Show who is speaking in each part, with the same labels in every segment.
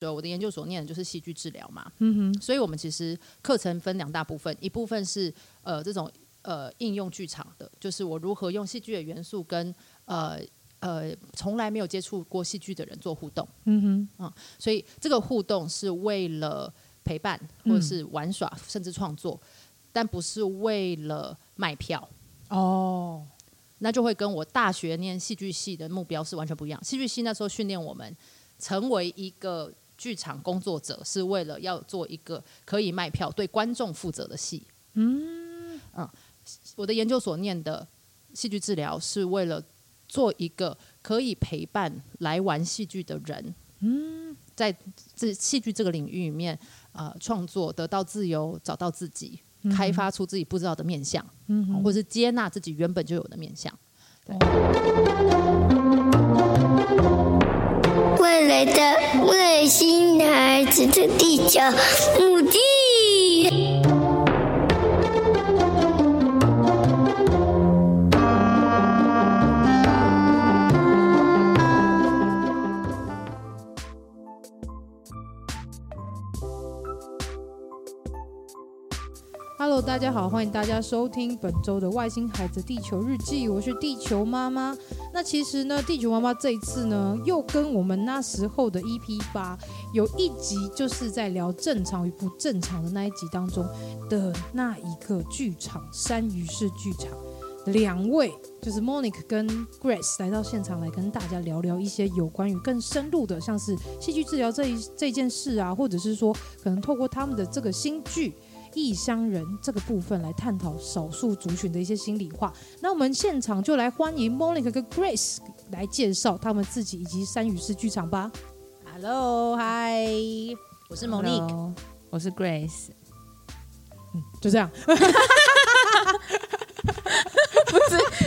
Speaker 1: 就我的研究所念的就是戏剧治疗嘛，
Speaker 2: 嗯哼，
Speaker 1: 所以我们其实课程分两大部分，一部分是呃这种呃应用剧场的，就是我如何用戏剧的元素跟呃呃从来没有接触过戏剧的人做互动，
Speaker 2: 嗯哼，
Speaker 1: 所以这个互动是为了陪伴或者是玩耍，甚至创作，但不是为了卖票。
Speaker 2: 哦，
Speaker 1: 那就会跟我大学念戏剧系的目标是完全不一样。戏剧系那时候训练我们成为一个剧场工作者，是为了要做一个可以卖票、对观众负责的戏。嗯我的研究所念的戏剧治疗是为了做一个可以陪伴来玩戏剧的人。嗯，在这戏剧这个领域里面，呃，创作得到自由，找到自己，开发出自己不知道的面相。
Speaker 2: 嗯哼，
Speaker 1: 或是接纳自己原本就有的面相。
Speaker 3: 未来的外星孩子的地球母地。
Speaker 2: Hello，大家好，欢迎大家收听本周的《外星孩子地球日记》，我是地球妈妈。那其实呢，地球妈妈这一次呢，又跟我们那时候的 EP 八有一集，就是在聊正常与不正常的那一集当中的那一个剧场——山鱼市剧场。两位就是 Monique 跟 Grace 来到现场来跟大家聊聊一些有关于更深入的，像是戏剧治疗这一这件事啊，或者是说可能透过他们的这个新剧异乡人这个部分来探讨少数族群的一些心里话。那我们现场就来欢迎 Monica 跟 Grace 来介绍他们自己以及山语市剧场吧。
Speaker 1: Hello，嗨，我是 Monique。
Speaker 4: Hello，我是 Grace，
Speaker 2: 就这样，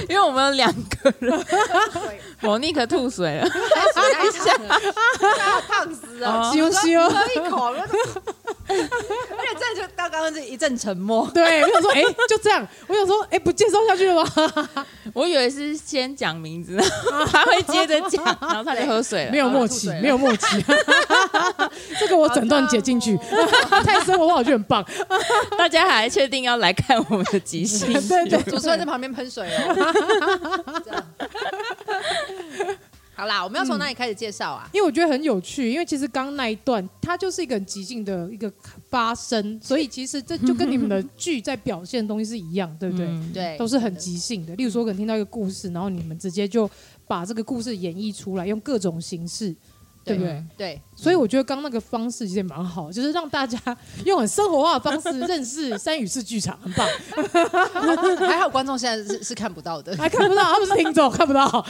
Speaker 4: 因为我们有两个 人，莫妮可吐水了，
Speaker 1: 太长了，胖死
Speaker 4: 哦
Speaker 2: 啊羞羞。
Speaker 1: 一口，啊而且这就到刚刚这一阵沉默。
Speaker 2: 对，我想说，哎、就这样。我想说，哎、不介绍下去了吗？
Speaker 4: 我以为是先讲 名字，然后他会接着讲，然后他就喝水 了，
Speaker 2: 没有默契，
Speaker 4: 啊然后他吐水了
Speaker 2: 没有默 契。这个我整段解进去，太生活化，我觉得很棒。
Speaker 4: 大家还确定要来看我们的 即兴剧？
Speaker 2: 对对
Speaker 1: 主持人在旁边喷水哦。 这样好啦，我们
Speaker 2: 嗯
Speaker 1: 要从哪里开始介绍啊？
Speaker 2: 因为我觉得很有趣，因为其实刚刚那一段它就是一个很即兴的一个发生，所以其实这就跟你们的剧在表现的东西是一样，对不对？
Speaker 4: 嗯
Speaker 1: 对，
Speaker 2: 都是很即兴的。例如说，可能听到一个故事，然后你们直接就把这个故事演绎出来，用各种形式，对不对？
Speaker 1: 对，
Speaker 2: 所以我觉得刚刚那个方式其实也蛮好，就是让大家用很生活化的方式认识三语式剧场，很棒。
Speaker 1: 还好观众现在是是看不到的。
Speaker 2: 还看不到，他们是听众，看不到。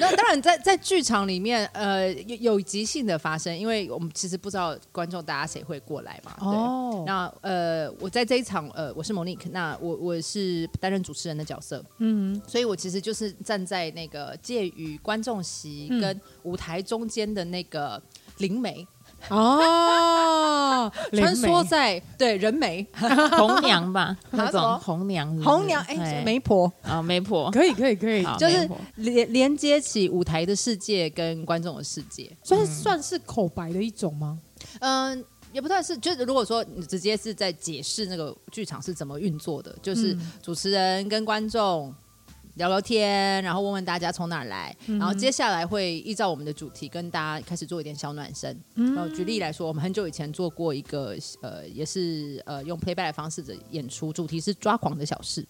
Speaker 1: 那当然在，在剧场里面，呃，有有即兴的发生，因为我们其实不知道观众大家谁会过来嘛。对
Speaker 2: 哦
Speaker 1: 那呃，我在这一场，呃，我是 Monique，那我我是担任主持人的角色，
Speaker 2: 嗯，
Speaker 1: 所以我其实就是站在那个介于观众席
Speaker 2: 嗯
Speaker 1: 跟舞台中间的那个灵媒，
Speaker 2: 哦，
Speaker 1: 穿
Speaker 2: 灵媒
Speaker 1: 梭在对人媒、
Speaker 4: 红娘 吧，那
Speaker 1: 什么
Speaker 4: 种红娘是不是，
Speaker 1: 红娘，哎，媒婆，
Speaker 4: 啊媒婆，
Speaker 2: 嗯可以，可以，可以，
Speaker 4: 好
Speaker 1: 就是
Speaker 4: 媒婆
Speaker 1: 连连接起舞台的世界跟观众的世界。
Speaker 2: 算算是口白的一种吗？
Speaker 1: 嗯，也不算是，就是如果说你直接是在解释那个剧场是怎么运作的，就是主持人跟观众。聊聊天，然后问问大家从哪儿来，然后接下来会依照我们的主题跟大家开始做一点小暖身。然后举例来说，我们很久以前做过一个呃，也是呃用 playback 的方式的演出，主题是抓狂的小事，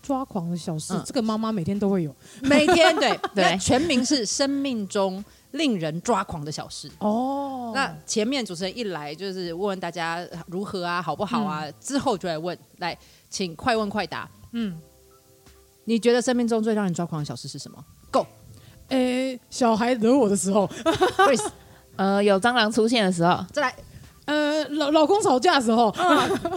Speaker 2: 抓狂的小事
Speaker 1: 嗯，
Speaker 2: 这个妈妈每天都会有。
Speaker 1: 每天对
Speaker 4: 对
Speaker 1: 那全名是生命中令人抓狂的小事。
Speaker 2: 哦
Speaker 1: 那前面主持人一来就是问问大家如何啊，好不好啊？之后就来问，来，请快问快答。
Speaker 2: 嗯，
Speaker 1: 你觉得生命中最让你抓狂的小事是什么？Go，
Speaker 2: 诶，小孩惹我的时候，
Speaker 1: Grace，
Speaker 4: 呃有蟑螂出现的时候，
Speaker 1: 再来，
Speaker 2: 呃，老老公吵架的时候，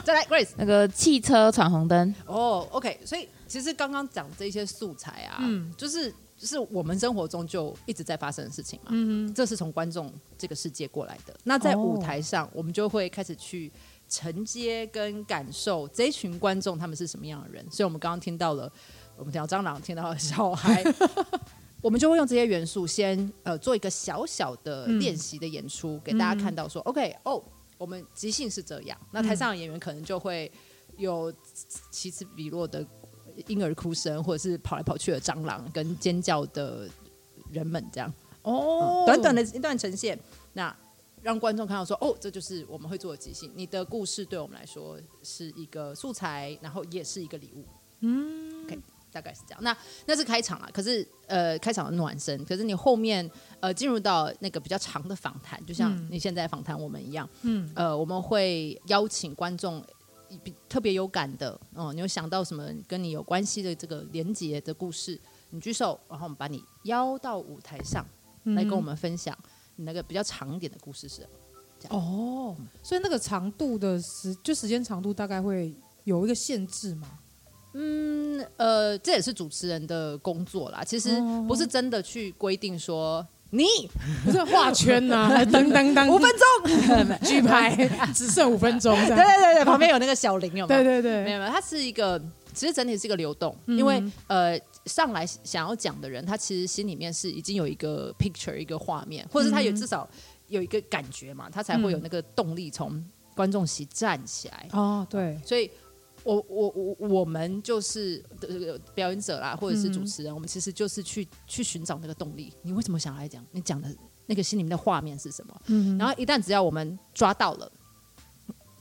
Speaker 1: 再来，Grace。
Speaker 4: 那个汽车闯红灯，
Speaker 1: 哦、o k 所以其实刚刚讲这些素材啊，就是就是我们生活中就一直在发生的事情嘛，
Speaker 2: 嗯
Speaker 1: 这是从观众这个世界过来的。那在
Speaker 2: 哦
Speaker 1: 舞台上，我们就会开始去承接跟感受这一群观众他们是什么样的人。所以我们刚刚听到了，我们听到蟑螂，听到了小孩。 我们就会用这些元素先呃做一个小小的练习的演出，给大家看到说、o k 哦，我们即兴是这样，那台上的演员可能就会有起此彼落的婴儿哭声，或者是跑来跑去的蟑螂跟尖叫的人们这样。
Speaker 2: 哦
Speaker 1: 短短的一段呈现，那让观众看到说，哦，这就是我们会做的即兴。你的故事对我们来说是一个素材，然后也是一个礼物。嗯，OK，大概是这样。那那是开场啦，可是呃，开场的暖身，可是你后面呃进入到那个比较长的访谈，就像你现在访谈我们一样，
Speaker 2: 嗯，
Speaker 1: 呃，我们会邀请观众。呃比特别有感的哦、你有想到什么跟你有关系的这个连结的故事，你举手，然后我们把你邀到舞台上，来
Speaker 2: 嗯
Speaker 1: 跟我们分享你那个比较长一点的故事是什么。
Speaker 2: 哦，所以那个长度的时就时间长度大概会有一个限 制嘛？
Speaker 1: 嗯，呃，这也是主持人的工作啦，其实
Speaker 2: 哦
Speaker 1: 不是真的去规定说你
Speaker 2: 不是画圈 呐、啊，当当当，
Speaker 1: 五分钟，
Speaker 2: 钟 举牌，只剩五分钟这
Speaker 1: 对对
Speaker 2: 样。
Speaker 1: 对对，旁边有那个小铃有没有？
Speaker 2: 对对
Speaker 1: 没
Speaker 2: 对，
Speaker 1: 有没有，它是一个，其实整体是一个流动，因为
Speaker 2: 嗯
Speaker 1: 呃，上来想要讲的人，他其实心里面是已经有一个 picture 一个画面，或者是他有
Speaker 2: 嗯
Speaker 1: 至少有一个感觉嘛，他才会有那个动力从观众席站起来。
Speaker 2: 哦对，
Speaker 1: 所以我我我我们就是呃表演者啦，或者是主持人，我们其实就是去去寻找那个动力。你为什么想要来讲？你讲的那个心里面的画面是什么？
Speaker 2: 嗯
Speaker 1: 然后一旦只要我们抓到了，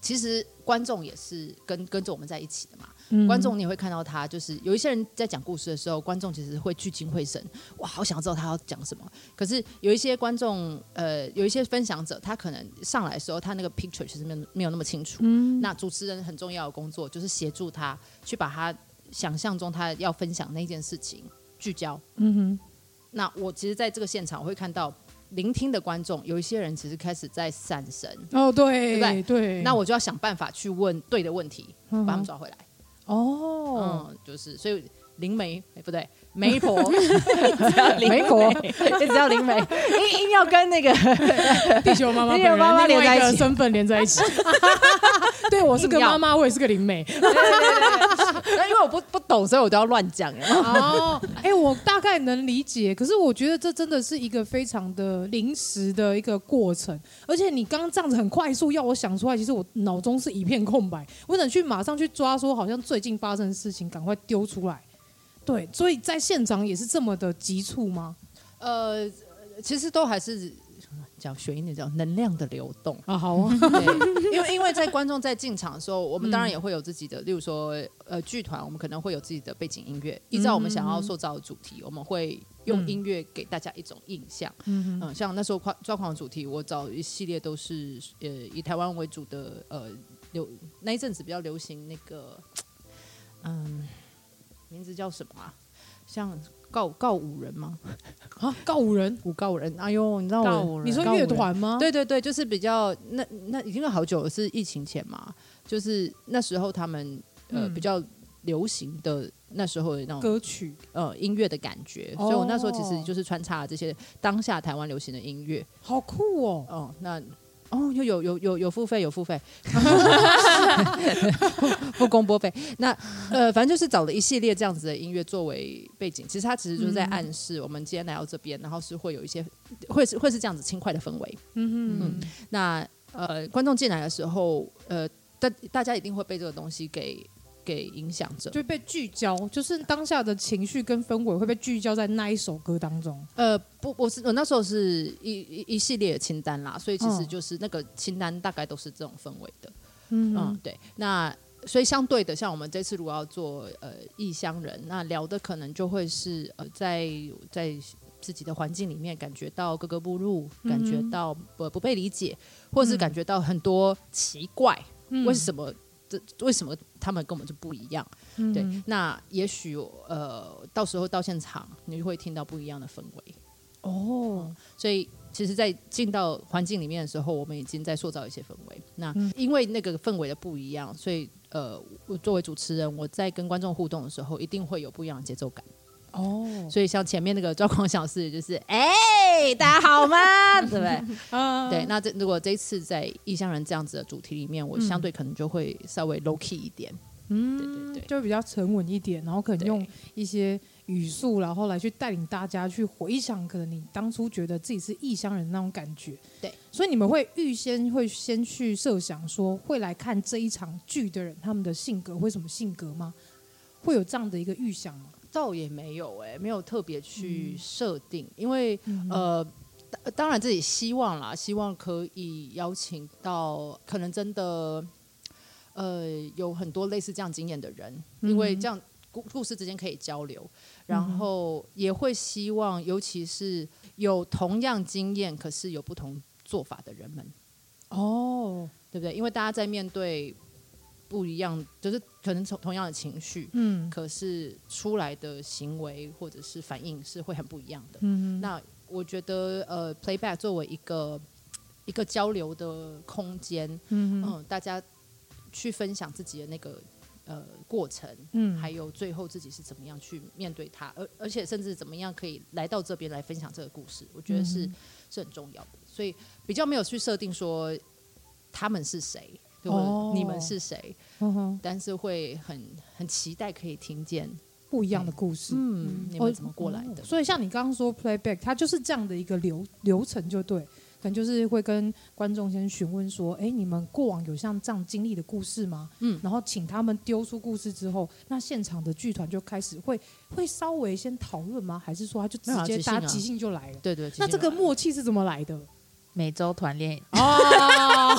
Speaker 1: 其实观众也是跟跟着我们在一起的嘛。
Speaker 2: 嗯
Speaker 1: 观众你也会看到他，就是有一些人在讲故事的时候，观众其实会聚精会神，哇，好想知道他要讲什么。可是有一些观众，呃，有一些分享者，他可能上来的时候，他那个 picture 其实没有没有那么清楚。那主持人很重要的工作就是协助他去把他想象中他要分享那件事情聚焦。
Speaker 2: 嗯哼，
Speaker 1: 那我其实在这个现场我会看到聆听的观众，有一些人其实开始在散神，
Speaker 2: 哦
Speaker 1: 对
Speaker 2: 对
Speaker 1: 不对
Speaker 2: 对，
Speaker 1: 那我就要想办法去问对的问题，把他们抓回来。
Speaker 2: 哦，
Speaker 1: 嗯，就是所以灵媒哎不 对，媒婆
Speaker 4: 灵
Speaker 1: 媒
Speaker 4: 媒
Speaker 1: 婆 一直要灵媒，硬硬要跟那 个
Speaker 2: 地球妈妈
Speaker 1: 地
Speaker 2: 本
Speaker 1: 球
Speaker 2: 人
Speaker 1: 妈妈
Speaker 2: 另
Speaker 1: 连
Speaker 2: 外
Speaker 1: 在一
Speaker 2: 一
Speaker 1: 起
Speaker 2: 个身份连 在一起。对，我是个
Speaker 1: 硬要
Speaker 2: 妈妈，我也是个灵媒。
Speaker 1: 那因为我不不懂，所以我都要乱讲。然后
Speaker 2: 哦，哎、我大概能理解，可是我觉得这真的是一个非常的临时的一个过程，而且你刚刚这样子很快速要我想出来，其实我脑中是一片空白，我得去马上去抓说好像最近发生的事情，赶快丢出来。对，所以在现场也是这么的急促吗？
Speaker 1: 呃，其实都还是讲悬一点，叫能量的流 动。
Speaker 2: 啊，好啊，
Speaker 1: 对，因为因为在观众在进场的时候，我们当然也会有自己的，例如说呃剧团，我们可能会有自己的背景音乐，依照我们想要塑造的主题，我们会用音乐给大家一种印象。嗯像那时候抓抓狂的主题，我找一系列都是呃以台湾为主的呃流那一阵子比较流行那个嗯名字叫什么啊？像告告五人吗？
Speaker 2: 啊，告五人，
Speaker 1: 五告人？哎呦，你知道我
Speaker 2: 你说
Speaker 1: 告五
Speaker 2: 乐
Speaker 1: 人
Speaker 2: 团吗？，
Speaker 1: 对对对，就是比较那那已经有好久了，是疫情前嘛，就是那时候他们呃、
Speaker 2: 嗯
Speaker 1: 比较流行的那时候的那种
Speaker 2: 歌曲
Speaker 1: 呃音乐的感觉，所以我那时候其实
Speaker 2: 哦
Speaker 1: 就是穿插了这些当下台湾流行的音乐。
Speaker 2: 好酷哦，
Speaker 1: 哦、那哦有有有有有付费有付费， 不公播费。那呃，反正就是找了一系列这样子的音乐作为背景，其实它其实就是在暗示我们今天来到这边，然后是会有一些会是会是这样子轻快的氛围。
Speaker 2: 嗯哼，
Speaker 1: 那呃，观众进来的时候，呃，大大家一定会被这个东西给给影响着。
Speaker 2: 就被聚焦，就是当下的情绪跟氛围会被聚焦在那一首歌当中。
Speaker 1: 呃，不，我是我那时候是一一一系列的清单啦，所以其实
Speaker 2: 嗯
Speaker 1: 就是那个清单大概都是这种氛围的。
Speaker 2: 嗯
Speaker 1: 嗯，对。那所以相对的，像我们这次如果要做呃异乡人，那聊的可能就会是呃在在自己的环境里面感觉到格格不入，感觉到不不被理解，或是感觉到很多奇怪，
Speaker 2: 嗯
Speaker 1: 为什么？这为什么他们根本就不一样？对，那也许呃，到时候到现场你会听到不一样的氛围。
Speaker 2: 哦，
Speaker 1: 所以其实，在进到环境里面的时候，我们已经在塑造一些氛围。那因为那个氛围的不一样，所以呃，我作为主持人，我在跟观众互动的时候，一定会有不一样的节奏感。
Speaker 2: 哦，
Speaker 1: 所以像前面那个抓狂小事，就是哎、大家好吗？对不对？
Speaker 2: 啊
Speaker 1: 对。那这如果这一次在异乡人这样子的主题里面，我相对可能就会稍微 low key 一点。
Speaker 2: 嗯
Speaker 1: 对对对
Speaker 2: 就比较沉稳一点，然后可能
Speaker 1: 对
Speaker 2: 用一些语速，然后来去带领大家去回想，可能你当初觉得自己是异乡人那种感觉。
Speaker 1: 对，
Speaker 2: 所以你们会预先会先去设想说，会来看这一场剧的人，他们的性格会什么性格吗？会有这样的一个预想吗？
Speaker 1: 倒也没有哎、没有特别去设定，因为、呃，当当然自己希望啦，希望可以邀请到可能真的呃有很多类似这样经验的人，因为这样故故事之间可以交流，然后也会希望，尤其是有同样经验可是有不同做法的人们，
Speaker 2: 哦，
Speaker 1: 对不对？因为大家在面对不一样，就是可能同同样的情绪，
Speaker 2: 嗯
Speaker 1: 可是出来的行为或者是反应是会很不一样的。
Speaker 2: 嗯
Speaker 1: 那我觉得呃，playback 作为一个一个交流的空间，
Speaker 2: 嗯
Speaker 1: 嗯、大家去分享自己的那个呃过程，
Speaker 2: 嗯
Speaker 1: 还有最后自己是怎么样去面对它，而而且甚至怎么样可以来到这边来分享这个故事，我觉得是、
Speaker 2: 嗯
Speaker 1: 是很重要的。所以比较没有去设定说他们是谁，对或者
Speaker 2: 哦
Speaker 1: 你们是谁，
Speaker 2: 嗯哼，
Speaker 1: 但是会很很期待可以听见。
Speaker 2: 不一样的故事。
Speaker 1: 嗯，你
Speaker 2: 哦
Speaker 1: 们怎么过来的？
Speaker 2: 所以像你刚刚说 playback，它就是这样的一个流流程，就对，可能就是会跟观众先询问说，哎，你们过往有像这样经历的故事吗？
Speaker 1: 嗯
Speaker 2: 然后请他们丢出故事之后，那现场的剧团就开始会会稍微先讨论吗？还是说他就直
Speaker 1: 没有啊
Speaker 2: 接
Speaker 1: 即兴
Speaker 2: 大
Speaker 1: 啊
Speaker 2: 家即兴就来了？
Speaker 1: 对啊对，
Speaker 2: 那这个
Speaker 1: 目
Speaker 2: 默契是怎么来的？
Speaker 4: 每周团练，
Speaker 2: 哦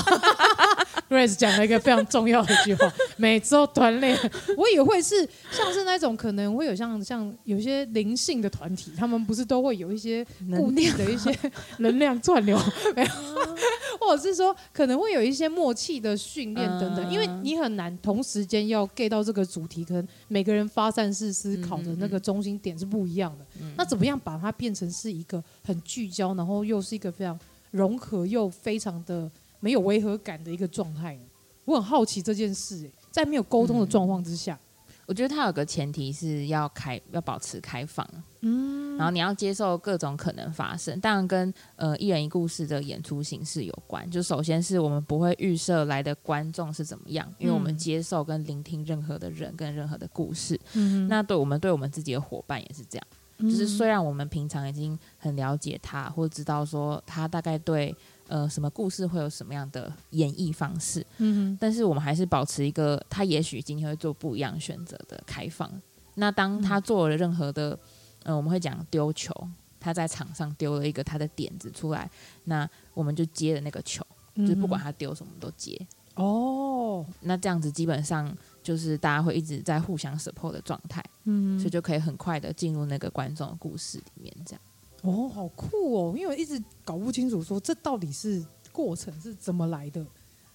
Speaker 2: ，Grace 讲了一个非常重要的一句话，每周团练，我也会是像是那种可能会有像像有些灵性的团体，他们不是都会有一些固
Speaker 4: 能
Speaker 2: 定的一些能量转流，没有， 或者是说可能会有一些默契的训练等等，
Speaker 4: 嗯
Speaker 2: 因为你很难同时间要 get 到这个主题，可能每个人发散式思考的那个中心点是不一样的。那怎么样把它变成是一个很聚焦，然后又是一个非常融合又非常的没有违和感的一个状态呢？我很好奇这件事、欸，在没有沟通的状况之下，
Speaker 4: 我觉得它有个前提是要开，要保持开放，嗯，然后你要接受各种可能发生。当然跟呃一人一故事的演出形式有关。就首先是我们不会预设来的观众是怎么样，因为我们接受跟聆听任何的人跟任何的故事。
Speaker 2: 嗯，
Speaker 4: 那对我们对我们自己的伙伴也是这样，就是虽然我们平常已经很了解他，或知道说他大概对呃什么故事会有什么样的演绎方式，
Speaker 2: 嗯
Speaker 4: 但是我们还是保持一个他也许今天会做不一样选择的开放。那当
Speaker 1: 嗯
Speaker 4: 他做了任何的，呃，我们会讲丢球，他在场上丢了一个他的点子出来，那我们就接了那个球，
Speaker 2: 哼
Speaker 4: 就是不
Speaker 1: 嗯
Speaker 4: 管他丢什么都接。
Speaker 2: 哦，
Speaker 4: 那这样子基本上就是大家会一直在互相 support 的状态，
Speaker 2: 嗯
Speaker 4: 所以就可以很快的进入那个观众的故事里面。这样，
Speaker 2: 哦，好酷哦！因为我一直搞不清楚说这到底是过程是怎么来的。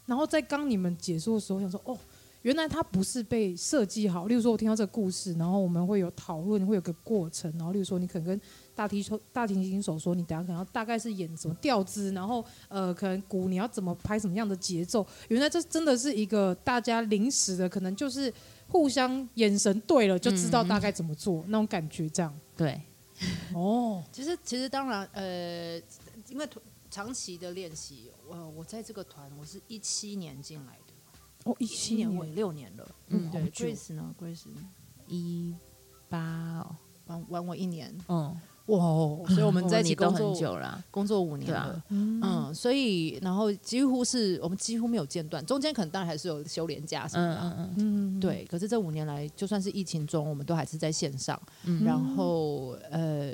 Speaker 2: 然后在刚你们解说的时候，我想说哦，原来它不是被设计好。例如说，我听到这个故事，然后我们会有讨论，会有个过程。然后，例如说，你可能跟大提手大提琴手说，你等一下可能要大概是演什么调子，然后呃，可能鼓你要怎么拍什么样的节奏。原来这真的是一个大家临时的，可能就是互相眼神对了就知道大概怎么做、那种感觉，这样
Speaker 4: 对，
Speaker 2: 哦。
Speaker 1: 其实其实当然呃，因为团长期的练习，我我在这个团我是一七年进来的，
Speaker 2: 哦，一
Speaker 1: 一七年我也六年了，
Speaker 4: 嗯
Speaker 1: 对
Speaker 2: 好久
Speaker 1: ，Grace 呢，Grace
Speaker 4: 一八
Speaker 1: 玩玩我一年，
Speaker 4: 哦，
Speaker 1: 哇，哦所以我们
Speaker 4: 嗯，
Speaker 1: 在一起
Speaker 4: 都
Speaker 1: 工
Speaker 4: 很
Speaker 1: 作
Speaker 4: 久了，
Speaker 1: 工作五年
Speaker 4: 对啊
Speaker 1: 了，
Speaker 2: 嗯
Speaker 1: 嗯，所以然后几乎是我们几乎没有间断，中间可能当然还是有休年假什么
Speaker 4: 嗯
Speaker 1: 的啊、
Speaker 4: 嗯嗯，
Speaker 2: 嗯，
Speaker 1: 对，可是这五年来，就算是疫情中，我们都还是在线上。
Speaker 4: 嗯
Speaker 1: 然后呃，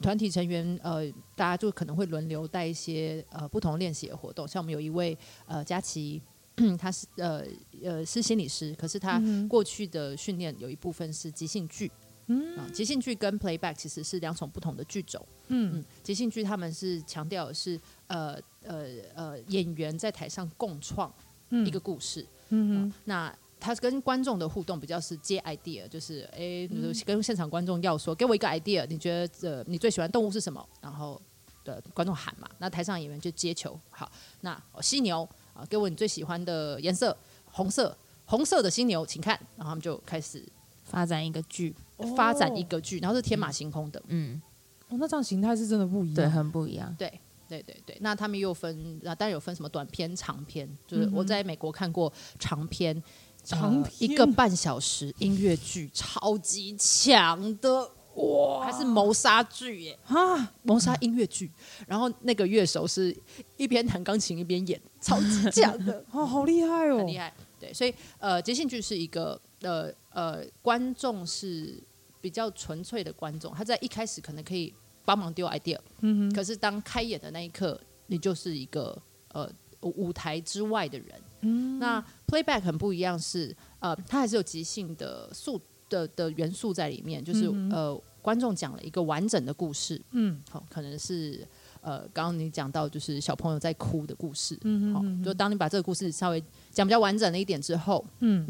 Speaker 1: 团体成员呃，大家就可能会轮流带一些呃不同练习的活动。像我们有一位呃佳琪， 她是呃呃是心理师，可是她过去的训练有一部分是即兴剧。嗯、即兴剧跟 playback 其实是两种不同的剧种。
Speaker 2: 嗯
Speaker 1: 嗯，即兴剧他们是强调的是呃呃呃演员在台上共创
Speaker 2: 嗯
Speaker 1: 一个故事，
Speaker 2: 嗯
Speaker 1: 那他跟观众的互动比较是接 idea，就是诶，就是跟现场观众要说，给我一个 idea，你觉得呃你最喜欢动物是什么？然后的观众喊嘛，那台上演员就接球。好，那哦犀牛啊，给我你最喜欢的颜色，红色，红色的犀牛，请看。然后他们就开始
Speaker 4: 发展一个剧，
Speaker 1: 发展一个剧，然后是天马行空的。
Speaker 4: 嗯。
Speaker 2: 哦，那这样形态是真的不一样。
Speaker 4: 对，很不一样。
Speaker 1: 对对对对，那他嗯们又分，啊，当然有分什么短片、长片，就是我在美国看过长片。
Speaker 2: 长
Speaker 1: 一
Speaker 2: 篇
Speaker 1: 个半小时音乐剧，超级强的哇！还是谋杀剧耶，
Speaker 2: 啊，，
Speaker 1: 谋杀音乐剧。然后那个乐手是一边弹钢琴一边演，超级 强的
Speaker 2: 哦，好厉害哦
Speaker 1: 很，厉害。对，所以呃，即兴剧是一个呃呃，观众是比较纯粹的观众，他在一开始可能可以帮忙丢 idea，
Speaker 2: 嗯哼，
Speaker 1: 可是当开演的那一刻，你就是一个呃舞台之外的人。
Speaker 2: 嗯
Speaker 1: 那 playback 很不一样是，呃，它还是有即兴的素的的元素在里面，就是、
Speaker 2: 嗯哼
Speaker 1: 呃，观众讲了一个完整的故事，
Speaker 2: 嗯
Speaker 1: 好、可能是呃，刚刚你讲到就是小朋友在哭的故事，
Speaker 2: 嗯
Speaker 1: 好、
Speaker 2: 哼，
Speaker 1: 就当你把这个故事稍微讲比较完整了一点之后，
Speaker 2: 嗯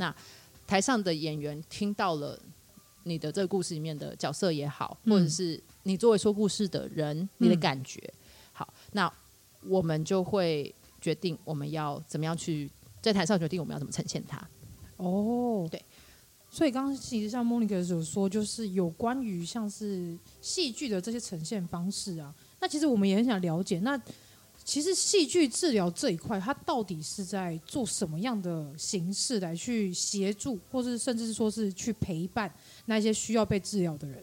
Speaker 1: 台上的演员听到了你的这个故事里面的角色也好，
Speaker 2: 嗯
Speaker 1: 或者是你作为说故事的人，你的
Speaker 2: 嗯
Speaker 1: 感觉、好，那我们就会决定我们要怎么样去在台上决定我们要怎么呈现它。
Speaker 2: 哦，
Speaker 1: 对。
Speaker 2: 所以刚刚其实像 Monica 所说，就是有关于像是戏剧的这些呈现方式啊，那其实我们也很想了解，那其实戏剧治疗这一块，它到底是在做什么样的形式来去协助，或是甚至是说是去陪伴那些需要被治疗的人？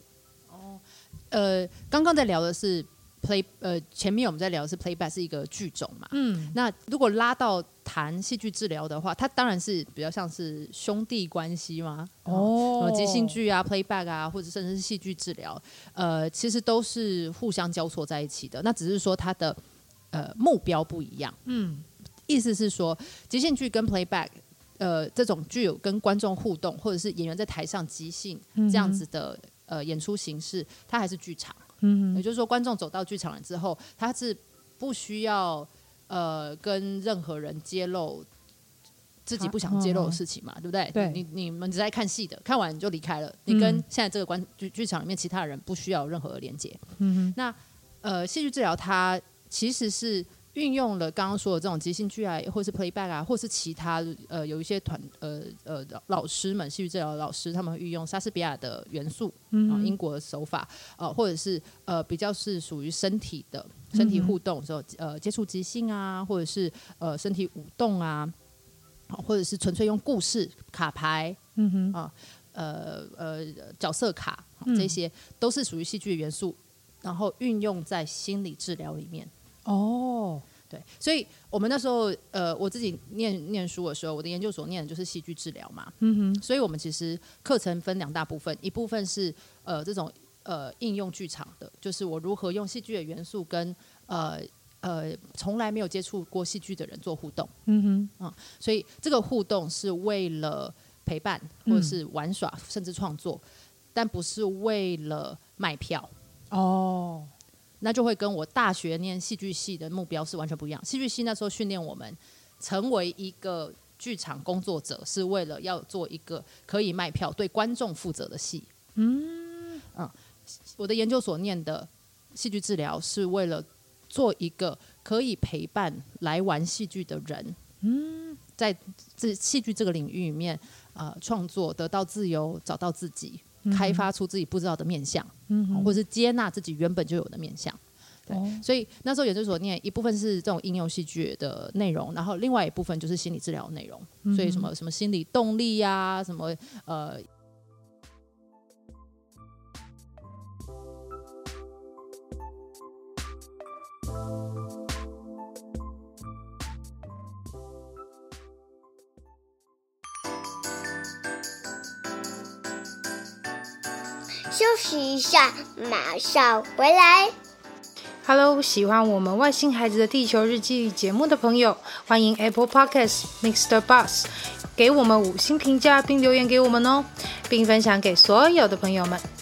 Speaker 1: 呃，刚刚在聊的是 play，呃，前面我们在聊的是 playback 是一个剧种嘛。
Speaker 2: 嗯，
Speaker 1: 那如果拉到谈戏剧治疗的话，它当然是比较像是兄弟关系嘛。什
Speaker 2: 哦
Speaker 1: 么即兴，剧啊、playback 啊，或者甚至是戏剧治疗，呃，其实都是互相交错在一起的。那只是说它的呃目标不一样，
Speaker 2: 嗯
Speaker 1: 意思是说即兴剧跟 playback，呃，这种具有跟观众互动，或者是演员在台上即兴
Speaker 2: 嗯哼
Speaker 1: 这样子的、呃演出形式，它还是剧场。
Speaker 2: 嗯
Speaker 1: 也
Speaker 2: 哼，
Speaker 1: 就是说，观众走到剧场了之后，他是不需要呃跟任何人揭露自己不想揭露的事情嘛，对不对？
Speaker 2: 对
Speaker 1: 你你们只在看戏的，看完你就离开了，你跟
Speaker 2: 嗯
Speaker 1: 现在这个观剧剧场里面其他人不需要有任何的连接。
Speaker 2: 嗯哼，
Speaker 1: 呃，戏剧治疗它其实是运用了刚刚说的这种即兴剧啊，或是 playback 啊，或是其他呃有一些团呃呃老师们戏剧治疗的老师，他们会运用莎士比亚的元素，
Speaker 2: 嗯
Speaker 1: 啊、
Speaker 2: 哼
Speaker 1: 英国的手法，呃，或者是呃比较是属于身体的身体
Speaker 2: 嗯哼
Speaker 1: 互动的时候，呃，接触即兴啊，或者是呃身体舞动啊，好或者是纯粹用故事卡牌，
Speaker 2: 嗯哼，
Speaker 1: 呃呃角色卡，好
Speaker 2: 嗯
Speaker 1: 这些都是属于戏剧的元素，然后运用在心理治疗里面。
Speaker 2: 哦，
Speaker 1: 对，所以我们那时候，呃，我自己念念书的时候，我的研究所念的就是戏剧治疗嘛，
Speaker 2: 嗯哼，
Speaker 1: 所以我们其实课程分两大部分，一部分是呃这种呃应用剧场的，就是我如何用戏剧的元素跟呃呃从来没有接触过戏剧的人做互动，啊
Speaker 2: 嗯哼，
Speaker 1: 所以这个互动是为了陪伴或者
Speaker 2: 嗯
Speaker 1: 是玩耍，甚至创作，但不是为了卖票。
Speaker 2: 哦，
Speaker 1: 那就会跟我大学念戏剧系的目标是完全不一样。戏剧系那时候训练我们成为一个剧场工作者，是为了要做一个可以卖票、对观众负责的戏。嗯我的研究所念的戏剧治疗是为了做一个可以陪伴来玩戏剧的人。嗯，在这戏剧这个领域里面，呃，创作得到自由，找到自己，开发出自己不知道的面向。
Speaker 2: 嗯
Speaker 1: 或者是接纳自己原本就有的面向。对
Speaker 2: 哦
Speaker 1: 所以那时候研究所念一部分是这种应用戏剧的内容，然后另外一部分就是心理治疗的内容。
Speaker 2: 嗯
Speaker 1: 所以什么什么心理动力呀、什么呃。
Speaker 3: 休息一下，马上回来。
Speaker 2: Hello，喜欢我们《外星孩子的地球日记》节目的朋友，欢迎 Apple Podcasts、Mr. Bus 给我们五星评价并留言给我们哦，并分享给所有的朋友们。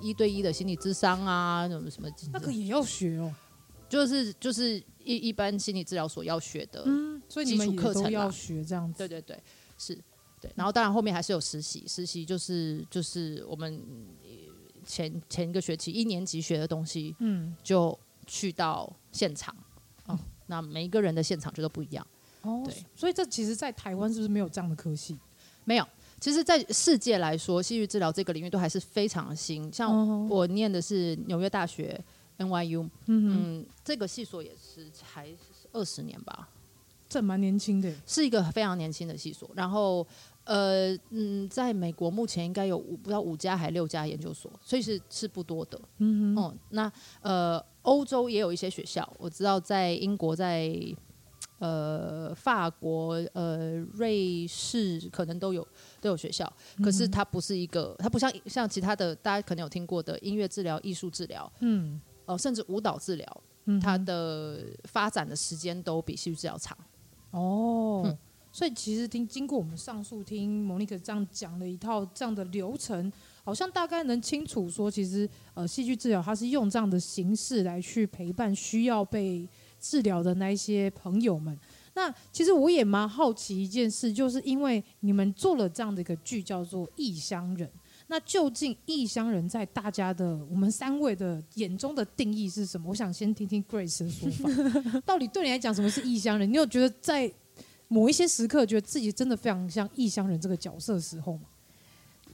Speaker 1: 一对一的心理智商啊，什么什么，
Speaker 2: 那个也要学哦。
Speaker 1: 就是就是一一般心理治疗所要学的，
Speaker 2: 嗯，所以你们
Speaker 1: 基础课
Speaker 2: 也
Speaker 1: 程
Speaker 2: 都
Speaker 1: 啦
Speaker 2: 要学这样子。
Speaker 1: 对对对，是，对。然后当然后面还是有实习，实习就是就是我们呃前前一个学期一年级学的东西，
Speaker 2: 嗯，
Speaker 1: 就去到现场，哦
Speaker 2: 嗯，
Speaker 1: 那每一个人的现场就都不一样。
Speaker 2: 哦
Speaker 1: 对，
Speaker 2: 所以这其实，在台湾是不是没有这样的科系？
Speaker 1: 没有，其实，在世界来说，戏剧治疗这个领域都还是非常新。像
Speaker 2: 哦
Speaker 1: 我念的是纽约大学 NYU，
Speaker 2: 嗯哼，
Speaker 1: 嗯，这个系所也是才二十年吧，
Speaker 2: 这蛮年轻的耶。
Speaker 1: 是一个非常年轻的系所。然后，呃，嗯，在美国目前应该有五不知道五家还六家研究所，所以是是不多的。
Speaker 2: 嗯哼，
Speaker 1: 嗯，那呃，欧洲也有一些学校，我知道在英国、在呃法国、呃瑞士可能都有都有学校，可是它不是一个，它不像像其他的大家可能有听过的音乐治疗、艺术治疗，
Speaker 2: 嗯
Speaker 1: 呃，甚至舞蹈治疗，
Speaker 2: 嗯哼，
Speaker 1: 它的发展的时间都比戏剧治疗长。
Speaker 2: 哦。
Speaker 1: 嗯
Speaker 2: 所以其实听经过我们上述听 Monica 这样讲了一套这样的流程，好像大概能清楚说，其实呃戏剧治疗它是用这样的形式来去陪伴需要被治疗的那一些朋友们。那其实我也蛮好奇一件事，就是因为你们做了这样的一个剧叫做《异乡人》，那究竟异乡人在大家的我们三位的眼中的定义是什么？我想先听听 Grace 的说法，到底对你来讲什么是异乡人？你有觉得在某一些时刻觉得自己真的非常像异乡人这个角色的时候吗？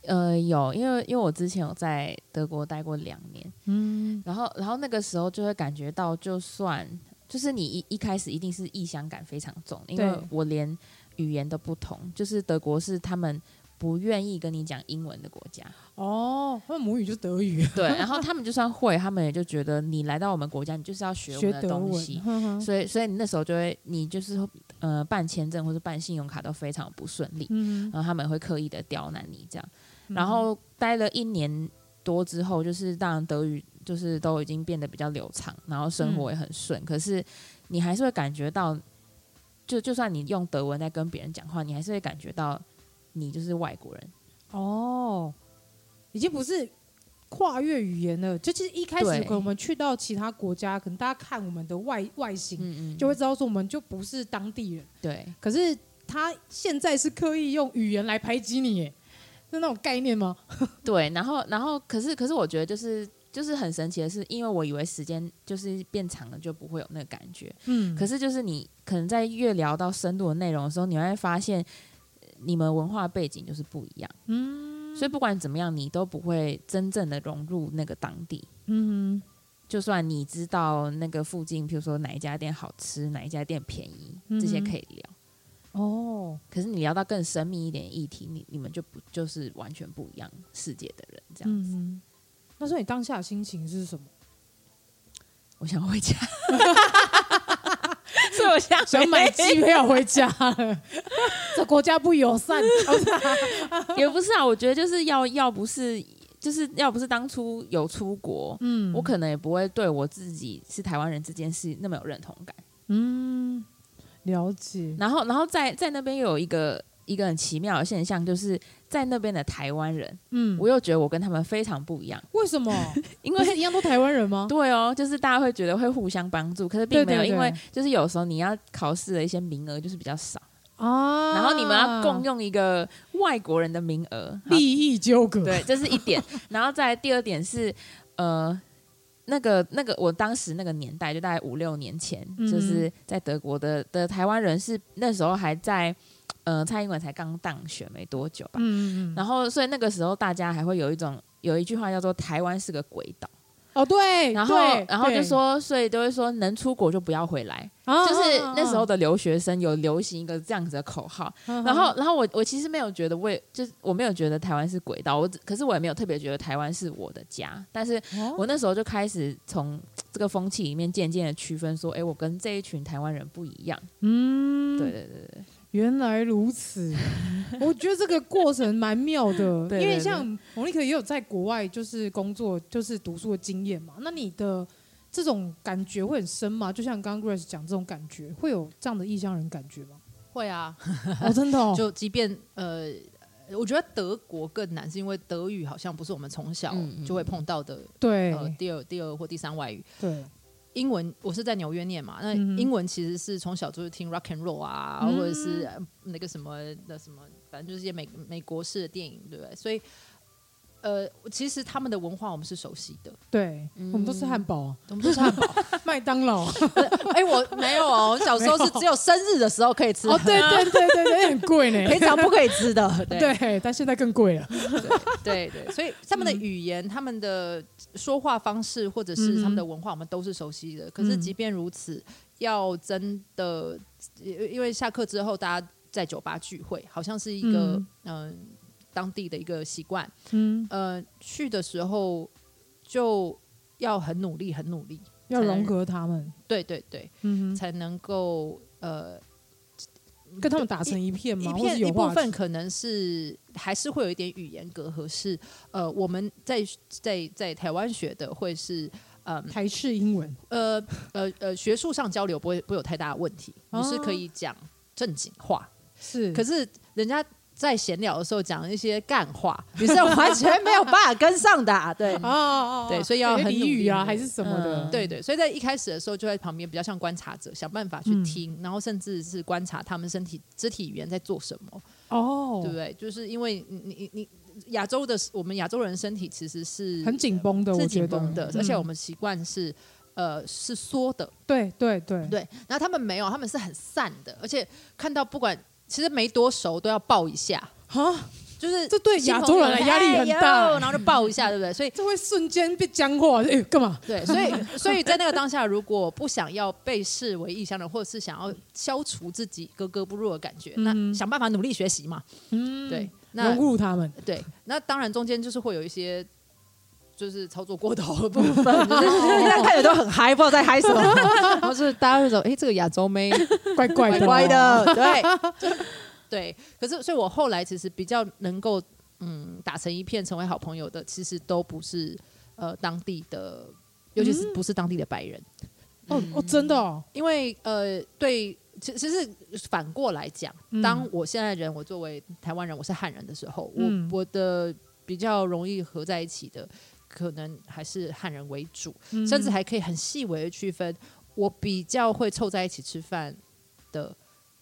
Speaker 4: 呃，有，因为因为我之前有在德国待过两年，
Speaker 2: 嗯，
Speaker 4: 然后然后那个时候就会感觉到，就算就是你一一开始一定是异乡感非常重，因为
Speaker 2: 对
Speaker 4: 我连语言都不同，就是德国是他们不愿意跟你讲英文的国 家，
Speaker 2: 哦，他们母语就是德语，
Speaker 4: 对，然后他们就算会，他们也就觉得你来到我们国家，你就是要学我
Speaker 2: 学
Speaker 4: 们的
Speaker 2: 德
Speaker 4: 东
Speaker 2: 文
Speaker 4: 西，。
Speaker 2: 哼哼
Speaker 4: 所以，所以你那时候就会，你就是呃办签证或者办信用卡都非常不顺利，
Speaker 2: 嗯，
Speaker 4: 然后他们会刻意的刁难你这样。
Speaker 2: 嗯
Speaker 4: 然后待了一年多之后，就是当然德语就是都已经变得比较流畅，然后生
Speaker 2: 嗯
Speaker 4: 活也很顺，可是你还是会感觉到，就就算你用德文在跟别人讲话，你还是会感觉到你就是外国人。
Speaker 2: 哦，已经不是跨越语言了，就其实一开始
Speaker 4: 对
Speaker 2: 可能我们去到其他国家，可能大家看我们的外外形，
Speaker 4: 嗯嗯，
Speaker 2: 就会知道说我们就不是当地人。
Speaker 4: 对
Speaker 2: 可是他现在是刻意用语言来排挤你，耶，是那种概念吗？
Speaker 4: 对。然后，然后可是可是我觉得就是。就是很神奇的是，因为我以为时间就是变长了就不会有那个感觉，
Speaker 2: 嗯
Speaker 4: 可
Speaker 2: 是
Speaker 4: 是就是你可能在越聊到深度的内容的时候，你会发现呃你们文化背景就是不一样，嗯，所以不管怎么样，你都不会真正的融入那个当地。
Speaker 2: 嗯
Speaker 4: 就算你知道那个附近，譬如说哪一家店好吃，哪一家店便宜，
Speaker 2: 嗯哼
Speaker 4: 这些可以聊。
Speaker 2: 哼哦，
Speaker 4: 可是你聊到更深密一点的议题，你你们就不就是完全不一样世界的人这样
Speaker 2: 嗯
Speaker 4: 子。
Speaker 2: 哼，那所以你当下的心情是什么？
Speaker 4: 我想回家， 所以我想
Speaker 2: 想买
Speaker 4: 回
Speaker 2: 机票回家 了，这国家不友善。
Speaker 4: 也不是啊，我觉得就是要要不是就是要不是当初有出国，
Speaker 2: 嗯
Speaker 4: 我可能也不会对我自己是台湾人这件事那么有认同感。
Speaker 2: 嗯了解，
Speaker 4: 然后，然后在在那边又有一个一个很奇妙的现象，就是在那边的台湾人，
Speaker 2: 嗯，
Speaker 4: 我又觉得我跟他们非常不一样，
Speaker 2: 为什么？
Speaker 4: 因
Speaker 2: 不是
Speaker 4: 为。
Speaker 2: 一样都台湾人吗？
Speaker 4: 对哦，就是大家会觉得会互相帮助，可是并没有，
Speaker 2: 对对对
Speaker 4: 因为就是有时候你要考试的一些名额就是比较少，
Speaker 2: 啊
Speaker 4: 然后你们要共用一个外国人的名额，好
Speaker 2: 利益纠葛，
Speaker 4: 对，这是一点。然后再来第二点是，呃，那个那个，我当时那个年代，就大概五六年前，
Speaker 2: 嗯
Speaker 4: 就是在德国的的台湾人是那时候还在，呃，蔡英文才刚当选没多久吧。
Speaker 2: 嗯，嗯嗯，
Speaker 4: 然后，所以那个时候大家还会有一种有一句话叫做“台湾是个鬼岛
Speaker 2: 哦对”，，
Speaker 4: 然后
Speaker 2: 对
Speaker 4: 然后就
Speaker 2: 对
Speaker 4: 说，所以都会说能出国就不要回来，
Speaker 2: 啊
Speaker 4: 就是那时候
Speaker 2: 的，
Speaker 4: 的留学生有流行一个这样子的口号。然
Speaker 2: 然
Speaker 1: 嗯
Speaker 4: 后，然后我我其实没有觉得我也，就是我没有觉得台湾是轨道，我只可是我也没有特别觉得台湾是我的家。但是
Speaker 1: 哦
Speaker 2: 哦
Speaker 4: 我那时候就开始从这个风气里面渐渐的区分，说，哎，我跟这一群台湾人不一样。
Speaker 2: 嗯，
Speaker 4: 对对 对对，
Speaker 2: 原来如此，我觉得这个过程蛮妙的，
Speaker 4: 对
Speaker 2: 因为
Speaker 4: 对对
Speaker 2: 像蒙丽可也有在国外就是工作就是读书的经验嘛，那你的这种感觉会很深吗？就像刚刚 Grace 讲，这种感觉会有这样的异乡人感觉吗？
Speaker 1: 会啊，
Speaker 2: 哦，真的哦，
Speaker 1: 就即便呃我觉得德国更难，是因为德语好像不是我们从小
Speaker 4: 嗯嗯
Speaker 1: 就会碰到的，
Speaker 2: 对
Speaker 1: 呃，第二、第二或第三外语。
Speaker 2: 对，
Speaker 1: 英文我是在纽约念嘛，那
Speaker 2: 嗯哼
Speaker 1: 英文其实是从小就是听 rock and roll 啊，
Speaker 2: 嗯
Speaker 1: 或者是呃那个什么那什么，反正就是一些美美国式的电影，对不对？所以，呃，其实他们的文化我们是熟悉的，
Speaker 2: 对，我们都吃汉堡，
Speaker 1: 我们都 是汉堡。
Speaker 2: 麦当劳。哦，
Speaker 1: 哎、我 没有哦，我小时候是只有生日的时候可以吃，
Speaker 2: 哦对对对对对，很贵呢。
Speaker 1: 平常不可以吃的。 对
Speaker 2: 对，但现在更贵了。
Speaker 1: 对对，
Speaker 2: 嗯
Speaker 1: 所以他们的语言、他们的说话方式，或者
Speaker 2: 嗯
Speaker 1: 是
Speaker 2: 哼
Speaker 1: 他们的文化，我们都是熟悉的。可是
Speaker 2: 嗯
Speaker 1: 即便如此，要真的，因因为下课之后大家在酒吧聚会，好像是一个
Speaker 2: 嗯
Speaker 1: 嗯、呃当地的一个习惯。
Speaker 2: 嗯，
Speaker 1: 呃，去的时候就要很努力，很努力。
Speaker 2: 要融合他们，
Speaker 1: 对对对，
Speaker 2: 嗯哼，
Speaker 1: 才能够呃
Speaker 2: 跟他们打成一片
Speaker 1: 一
Speaker 2: 嘛，嗯或
Speaker 1: 片
Speaker 2: 是有
Speaker 1: 一部
Speaker 2: 话
Speaker 1: 分
Speaker 2: 题。
Speaker 1: 可能是还是会有一点语言隔阂，是呃，我们在在在台湾学的会是。嗯
Speaker 2: 台式英文，
Speaker 1: 呃 呃呃，学术上交流不会不会有太大的问题，
Speaker 2: 哦嗯
Speaker 1: 你是可以讲正经话，
Speaker 2: 是
Speaker 1: 可是人家在闲聊的时候讲一些干话，你是完全没有办法跟上的、 啊，对
Speaker 2: 哦哦，哦
Speaker 1: 对所以要很努力
Speaker 2: 俚语啊，还是什么的，
Speaker 4: 嗯
Speaker 1: 对对，所以在一开始的时候就在旁边比较像观察者，想办法去
Speaker 2: 嗯
Speaker 1: 听，然后甚至是观察他们身体肢体语言在做什么，
Speaker 2: 哦，
Speaker 1: 对不对？就是因为你你你亚洲的我们亚洲人身体其实是
Speaker 2: 很紧绷的，我
Speaker 1: 是
Speaker 2: 觉
Speaker 1: 紧
Speaker 2: 得
Speaker 1: 绷的，而且
Speaker 2: 嗯
Speaker 1: 我们习惯是呃是缩的，
Speaker 2: 对对对，
Speaker 1: 对。然后他们没有，他们是很散的，而且看到不管其实没多熟都要抱一下，
Speaker 2: 啊，
Speaker 1: 就是
Speaker 2: 这对
Speaker 1: 新
Speaker 2: 亚
Speaker 1: 朋
Speaker 2: 洲
Speaker 1: 友
Speaker 2: 人来压力
Speaker 1: 哎
Speaker 2: 很
Speaker 1: 呦
Speaker 2: 大
Speaker 1: 然，后就抱一下，对不对？所以
Speaker 2: 这会瞬间被僵化，哎，干嘛？
Speaker 1: 对，所以 所以在那个当下，如果不想要被视为异乡人，或者是想要消除自己格格不入的感觉，
Speaker 2: 嗯
Speaker 1: 那想办法努力学习嘛。
Speaker 2: 嗯，
Speaker 1: 对，，那
Speaker 2: 融入 他们，
Speaker 1: 对，那当然中间就是会有一些。就是操作过头的部分，
Speaker 2: 哦
Speaker 1: 就是大家看着都很嗨，不知道在嗨什 么。然 后就是大家会说：“哎、这个亚洲妹
Speaker 2: 怪怪
Speaker 1: 乖
Speaker 2: 的，
Speaker 1: 乖，的，
Speaker 4: 哦
Speaker 1: 对对。可是，所以我后来其实比较能够嗯打成一片，成为好朋友的，其实都不是呃当地的，尤其是不是当地的白人，
Speaker 2: 哦哦，真的哦，
Speaker 1: 因为呃对。其其实反过来讲，
Speaker 2: 嗯
Speaker 1: 当我现在人，我作为台湾人，我是汉人的时候，我、
Speaker 2: 嗯
Speaker 1: 我的比较容易合在一起的，可能还是汉人为主，嗯
Speaker 2: 嗯
Speaker 1: 甚至还可以很细微的区分，我比较会凑在一起吃饭的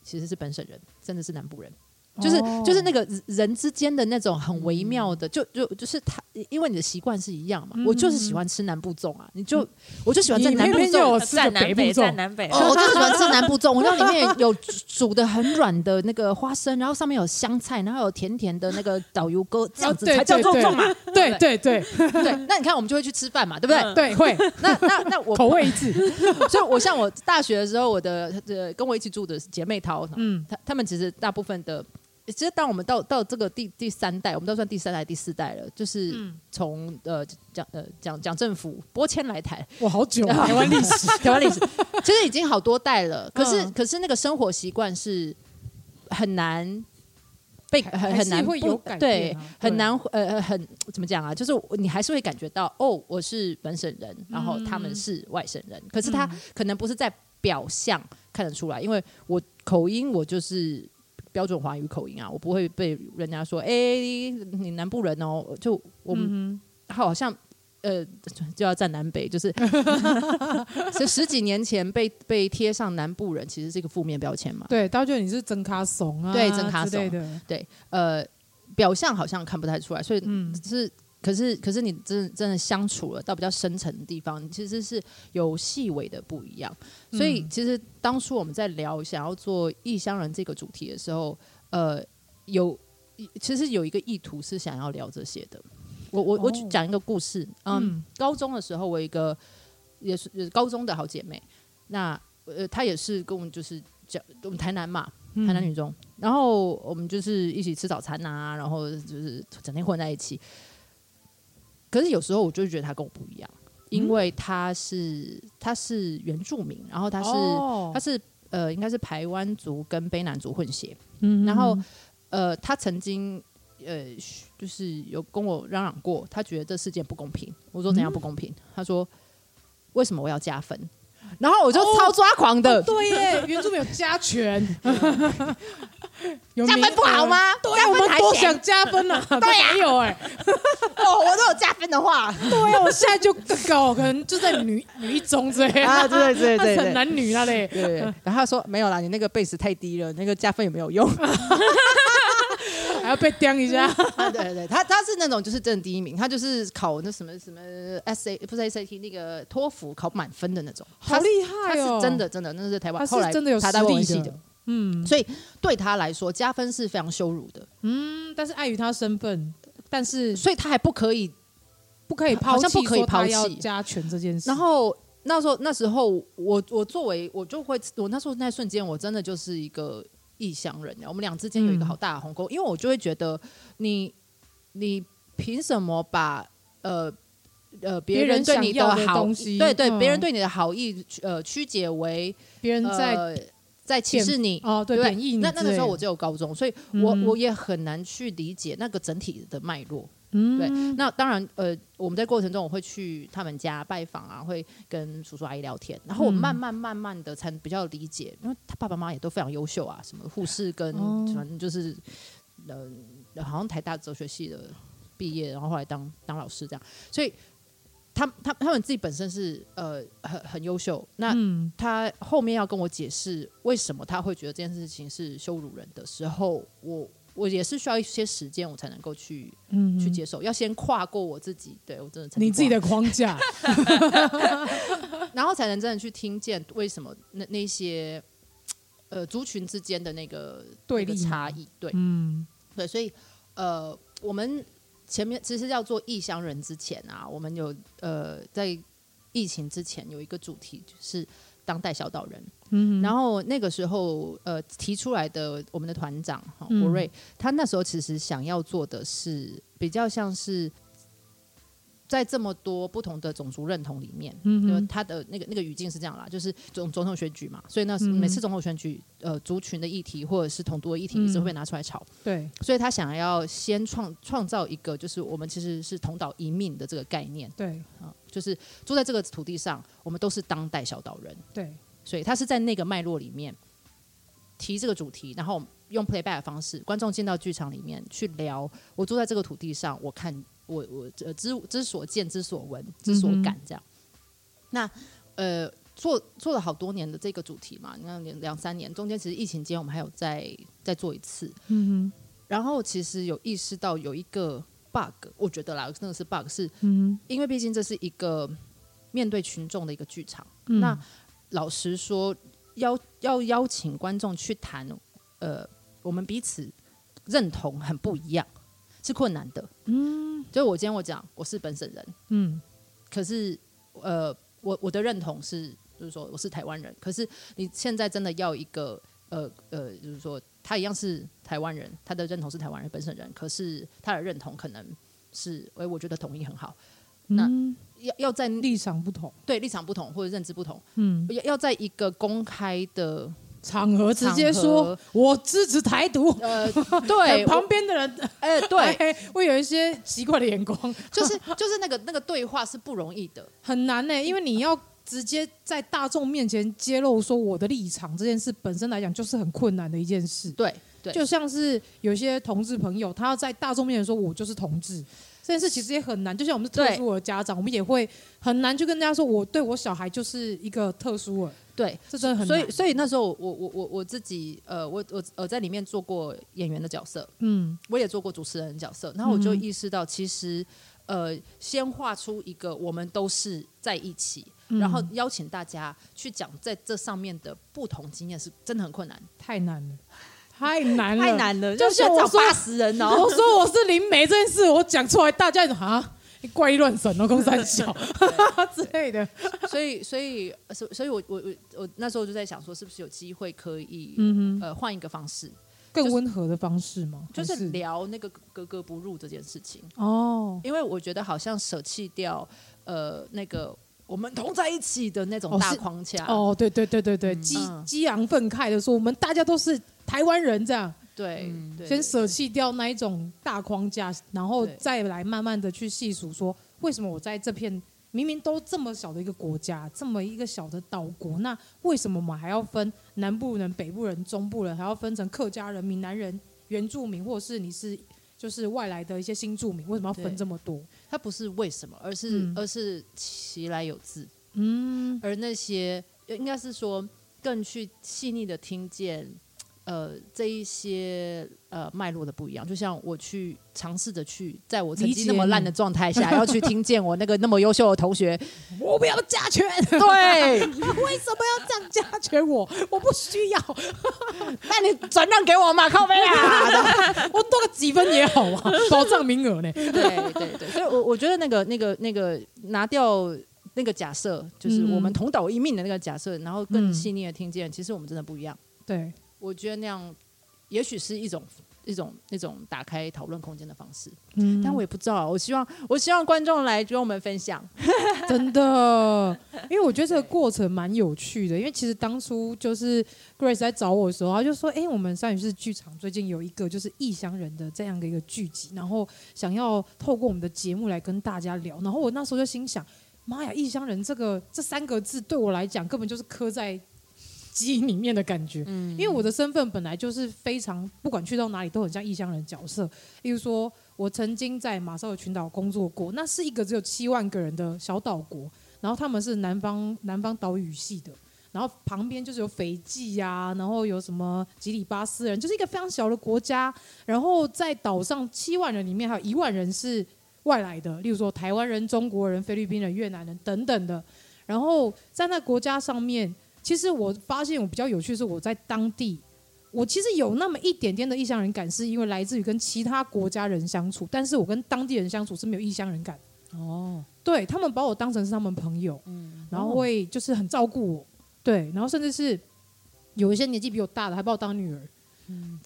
Speaker 1: 其实是本省人，甚至是南部人，就是、
Speaker 2: 哦
Speaker 1: 就是那个人之间的那种很微妙的，就就就是他，因为你的习惯是一样嘛，
Speaker 2: 嗯
Speaker 1: 我就是喜欢吃南部粽啊，你就、我就喜欢在
Speaker 2: 你
Speaker 1: 南部
Speaker 2: 偏偏
Speaker 1: 粽
Speaker 2: 要。我
Speaker 4: 呃
Speaker 2: 吃
Speaker 4: 在
Speaker 2: 哦个
Speaker 4: 南
Speaker 2: 北
Speaker 4: 北，
Speaker 2: 部
Speaker 4: 在
Speaker 2: 粽，
Speaker 4: 南北，
Speaker 1: 哦，我就是喜欢吃南部粽， 我知道里面有煮的很软的那个花生，然后上面有香菜，然后有甜甜的那个导游哥，这样子
Speaker 2: 哦对
Speaker 1: 才叫
Speaker 2: 对
Speaker 1: 做
Speaker 2: 对
Speaker 1: 粽嘛。
Speaker 2: 对对对
Speaker 1: 对，那你看我们就会去吃饭嘛，对不对？
Speaker 4: 嗯
Speaker 2: 对，会
Speaker 1: 那那那我
Speaker 2: 口味一致，
Speaker 1: 所以，我像我大学的时候，我的呃跟我一起住的姐妹淘，
Speaker 2: 嗯
Speaker 1: 嗯，她她们其实大部分的，其实当我们到到这个第第三代，我们都算第三代、第四代了，就是
Speaker 2: 嗯
Speaker 1: 从、呃蒋呃蒋蒋政府拨迁来 台，
Speaker 2: 哇，好久，啊台湾历 史，
Speaker 1: 台湾历史，其实已经好多代了。可是、
Speaker 2: 嗯
Speaker 1: 可是那个生活习惯是很难被
Speaker 2: 还
Speaker 1: 很
Speaker 2: 还
Speaker 1: 很
Speaker 2: 是
Speaker 1: 难
Speaker 2: 会
Speaker 1: 不
Speaker 2: 有改
Speaker 1: 对
Speaker 2: 变啊对
Speaker 1: 很难呃呃很怎么讲啊？就是你还是会感觉到哦，我是本省人，然后他
Speaker 2: 嗯
Speaker 1: 们是外省人，可是他可能不是在表象看得出来，因为我口音我就是。标准华语口音啊，我不会被人家说，哎、你南部人哦，就我们
Speaker 2: 嗯
Speaker 1: 好像呃就就要站南北，就是这十几年前被被贴上南部人其实是一个负面标签嘛
Speaker 2: 哼，，对，到就你是真卡怂啊，
Speaker 1: 对真卡
Speaker 2: 之类
Speaker 1: 怂
Speaker 2: 的，
Speaker 1: 对，呃，表象好像看不太出来，所以是。可是，可是你真的真的相处了到比较深层的地方，你其实是有细微的不一样。所以，其实当初我们在聊想要做异乡人这个主题的时候，呃，有其实有一个意图是想要聊这些的。我我我
Speaker 2: 哦
Speaker 1: 讲一个故事，嗯，
Speaker 2: 嗯
Speaker 1: 高中的时候，我有一个也是也是高中的好姐妹，那呃，她也是跟我们就是讲我们台南嘛，
Speaker 2: 嗯
Speaker 1: 台南女中，然后我们就是一起吃早餐啊，然后就是整天混在一起。可是有时候我就会觉得她跟我不一样，因为她是她是原住民，然后她是、
Speaker 2: 哦
Speaker 1: 她是呃应该是排湾族跟卑南族混血，
Speaker 2: 嗯
Speaker 1: 然后呃，他曾经呃，就是有跟我嚷嚷过，他觉得这世界不公平。我说怎
Speaker 2: 嗯
Speaker 1: 样不公平？他说为什么我要加分？然后我就
Speaker 2: 哦
Speaker 1: 超抓狂的，
Speaker 2: 对耶，原住民有加权，有
Speaker 1: 加分不好？吗？
Speaker 2: 对，我们
Speaker 1: 来
Speaker 2: 多
Speaker 1: 钱
Speaker 2: 想加 分啊！对呀，没有哎，
Speaker 1: 哦，我都有加分的 话，
Speaker 2: 对呀，我现在就搞，可能就在女女一中之类的
Speaker 5: 啊对对对对
Speaker 2: 那是男女那类。
Speaker 5: 对对对，然后他说没有啦，你那个贝斯太低了，那个加分也没有 用。
Speaker 2: 还要被刁一下。
Speaker 1: 啊，对对对，他他是那种就是真的第一名，他就是考那什么什么 S A 不是 S A T 那个托福考满分的那种，
Speaker 2: 好厉
Speaker 1: 他
Speaker 2: 害
Speaker 1: 是
Speaker 2: 哦！
Speaker 1: 他是真的，真的，那是台湾
Speaker 2: 他
Speaker 1: 后来
Speaker 2: 是真的有实
Speaker 1: 台大外文系
Speaker 2: 力
Speaker 1: 的，，
Speaker 2: 嗯
Speaker 1: 所以对他来说加分是非常羞辱的，
Speaker 2: 嗯，但是碍于他身份，但是
Speaker 1: 所以他还不可以。
Speaker 2: 不可以抛
Speaker 1: 好
Speaker 2: 弃，
Speaker 1: 像不可以抛弃
Speaker 2: 要加权这件事。
Speaker 1: 然后那时候那时候我我作为我就会我那时候那瞬间我真的就是一个异乡人，我们俩之间有一个好大的鸿
Speaker 2: 嗯
Speaker 1: 沟，因为我就会觉得你你凭什么把呃。呃，别
Speaker 2: 别人
Speaker 1: 人对
Speaker 2: 想
Speaker 1: 你
Speaker 2: 要的
Speaker 1: 好
Speaker 2: 东
Speaker 1: 意，
Speaker 2: 西
Speaker 1: 对对，
Speaker 2: 嗯
Speaker 1: 别人对你的好意，呃，曲解为
Speaker 2: 别人在
Speaker 1: 呃在歧视你，
Speaker 2: 哦，对
Speaker 1: 对
Speaker 2: 贬义你之类
Speaker 1: 那
Speaker 2: 的，
Speaker 1: 那个时候我只有高中，所以我、
Speaker 2: 嗯
Speaker 1: 我也很难去理解那个整体的脉络。
Speaker 2: 嗯
Speaker 1: 对那当然，呃，我们在过程中我会去他们家拜访啊，会跟叔叔阿姨聊天，然后我
Speaker 2: 嗯
Speaker 1: 慢慢慢慢的才比较理解，因为他爸爸妈妈也都非常优秀啊，什么护士跟
Speaker 2: 哦
Speaker 1: 反正就是，呃，好像台大哲学系的毕业，然后后来当当老师这样，所以他他他们自己本身是呃很很优秀，那
Speaker 2: 嗯
Speaker 1: 他后面要跟我解释为什么他会觉得这件事情是羞辱人的时候，我我也是需要一些时间，我才能够去、
Speaker 2: 嗯
Speaker 1: 去接受，要先跨过我自己，对我真的曾经
Speaker 2: 你自己
Speaker 1: 跨
Speaker 2: 的框 架，
Speaker 1: 过，然后才能真的去听见为什么那那些呃族群之间的那个
Speaker 2: 对
Speaker 1: 那个
Speaker 2: 立嘛
Speaker 1: 差异，对
Speaker 2: 嗯
Speaker 1: 对，所以呃我们前面其实要做异乡人之前啊，我们有呃在疫情之前有一个主题就是当代小岛人。
Speaker 2: 嗯，
Speaker 1: 然后那个时候，呃，提出来的我们的团长哈
Speaker 2: 嗯
Speaker 1: 国瑞，他那时候其实想要做的是比较像是在这么多不同的种族认同里面，
Speaker 2: 嗯
Speaker 1: 呃
Speaker 2: 哼，
Speaker 1: 他的那个那个语境是这样啦，就是总总统选举嘛，所以那时
Speaker 2: 嗯
Speaker 1: 每次总统选举，呃，族群的议题或者是统独的议题
Speaker 2: 嗯
Speaker 1: 一直会被拿出来吵，
Speaker 2: 对，
Speaker 1: 所以他想要先创创造一个就是我们其实是同岛一命的这个概念
Speaker 2: 对，
Speaker 1: 啊，就是住在这个土地上，我们都是当代小岛人。
Speaker 2: 对，
Speaker 1: 所以他是在那个脉络里面提这个主题，然后用 playback 的方式，观众进到剧场里面去聊我住在这个土地上，我看我我呃之之所见之所闻之所感这样。那呃做做了好多年的这个主题嘛，你看两两三年，中间其实疫情间我们还有再再做一次，
Speaker 2: 嗯
Speaker 1: 然后其实有意识到有一个 bug，我觉得啦，真的是 bug，是
Speaker 2: 哼，嗯
Speaker 1: 因为毕竟这是一个面对群众的一个剧场。
Speaker 2: 哼，
Speaker 1: 那老实说，邀要邀请观众去谈，呃，我们彼此认同很不一样，是困难的。嗯，就我今天我讲我是本省人，
Speaker 2: 嗯
Speaker 1: 可是呃，我我的认同是，就是说我是台湾人，可是你现在真的要一个呃呃，就是说他一样是台湾人，他的认同是台湾人本省人，可是他的认同可能是，哎，我觉得统一很好，那
Speaker 2: 嗯
Speaker 1: 要要在
Speaker 2: 立场不同，
Speaker 1: 对立场不同或者认知不同。
Speaker 2: 嗯，
Speaker 1: 要要在一个公开的，
Speaker 2: 场合直接
Speaker 1: 场合
Speaker 2: 说我支持台独，
Speaker 1: 呃，对，我
Speaker 2: 旁边的人
Speaker 1: 哎、 对，
Speaker 2: 哎会有一些奇怪的眼光，
Speaker 1: 就是就是那个那个对话是不容易的，
Speaker 2: 很难呢、欸因为你要直接在大众面前揭露说我的立场这件事本身来讲就是很困难的一件事。
Speaker 1: 对对，
Speaker 2: 就像是有些同志朋友，他要在大众面前说我就是同志，这件事其实也很难。就像我们是特殊儿家长，我们也会很难去跟大家说我对我小孩就是一个特殊儿，
Speaker 1: 对。
Speaker 2: 这真的很
Speaker 1: 所
Speaker 2: 难。
Speaker 1: 以，所以那时候我我我我自己，呃，我我我在里面做过演员的角色，
Speaker 2: 嗯
Speaker 1: 我也做过主持人的角色，然后我就
Speaker 2: 嗯
Speaker 1: 意识到，其实，呃，先画出一个我们都是在一起，
Speaker 2: 嗯
Speaker 1: 然后邀请大家去讲在这上面的不同经验，是真的很困难，
Speaker 2: 太难 了，太难了，
Speaker 5: 太难了
Speaker 2: 就
Speaker 1: 就
Speaker 2: 像
Speaker 1: 像
Speaker 2: 我
Speaker 1: 找
Speaker 2: 说，
Speaker 1: 八十人 哦，
Speaker 2: 我说我是灵媒这件事，我讲出来大家就啊，你怪力乱神哦，公 三小之类的。
Speaker 1: 所以，所以，呃所以所以我我我我那时候就在想说，是不是有机会可以、
Speaker 2: 嗯哼，
Speaker 1: 呃换一个方式，
Speaker 2: 更温和的方式吗？
Speaker 1: 就
Speaker 2: 还
Speaker 1: 是
Speaker 2: 是
Speaker 1: 聊那个格格不入这件事情，
Speaker 2: 哦。
Speaker 1: 因为我觉得好像舍弃掉呃那个我们同在一起的那
Speaker 2: 哦
Speaker 1: 种大
Speaker 2: 是
Speaker 1: 框架，
Speaker 2: 哦，对对对对对，激
Speaker 1: 嗯
Speaker 2: 激昂愤慨的说，我们大家都是台湾人，这样
Speaker 1: 对，对
Speaker 2: 嗯先舍弃掉那一种大框架，然后
Speaker 1: 对
Speaker 2: 再来慢慢的去细数说，为什么我在这片明明都这么小的一个国家，这么一个小的岛国，那为什么我们还要分南部人、北部人、中部人，还要分成客家人、闽南人、原住民，或者是你是就是外来的一些新住民为什么要分
Speaker 1: 对
Speaker 2: 这么多？
Speaker 1: 它不是为什么，而是、
Speaker 2: 嗯
Speaker 1: 而是其来有自，
Speaker 2: 嗯，
Speaker 1: 而那些呃应该是说更去细腻的听见，呃，这一些呃脉络的不一样。就像我去尝试着去，在我成
Speaker 2: 理
Speaker 1: 绩
Speaker 2: 解
Speaker 1: 那么烂的状态 下，要去听见我那个那么优秀的同 学，
Speaker 2: 我不要加权，
Speaker 1: 对，
Speaker 2: 为什么要这样加权我？我不需要，
Speaker 1: 那你转让给我嘛，靠背啊！
Speaker 2: 我多个几分也好 啊，保障名额呢？
Speaker 1: 对对对，所以我我觉得那个那个那个拿掉。那个假设就是
Speaker 2: 嗯
Speaker 1: 我们同岛一命的那个假设，然后更
Speaker 2: 嗯
Speaker 1: 细腻的听见，其实我们真的不一样。
Speaker 2: 对，
Speaker 1: 我觉得那样也许是一种一种一种打开讨论空间的方式，
Speaker 2: 嗯
Speaker 1: 但我也不知道啊。我希望我希望观众来跟我们分享，
Speaker 2: 真的，因为我觉得这个过程蛮有趣的。因为其实当初就是 Grace 在找我的时候，她就说：“哎、我们三语市剧场最近有一个就是异乡人的这样的一个剧集，然后想要透过我们的节目来跟大家聊。”然后我那时候就心想：“妈呀，异乡人这个这三个字对我来讲根本就是刻在。”基因里面的感觉，因为我的身份本来就是非常，不管去到哪里都很像异乡人角色。例如说，我曾经在马绍尔群岛工作过，那是一个只有七万个人的小岛国，然后他们是南方南方岛语系的，然后旁边就是有斐济呀、然后有什么吉里巴斯人，就是一个非常小的国家。然后在岛上七万人里面，还有一万人是外来的，例如说台湾人、中国人、菲律宾人、越南人等等的。然后在那国家上面，其实我发现我比较有趣的是，我在当地我其实有那么一点点的异乡人感，是因为来自于跟其他国家人相处，但是我跟当地人相处是没有异乡人感。
Speaker 4: 哦，
Speaker 2: 对他们把我当成是他们朋友，然后会就是很照顾我，对，然后甚至是有一些年纪比我大的还把我当女儿，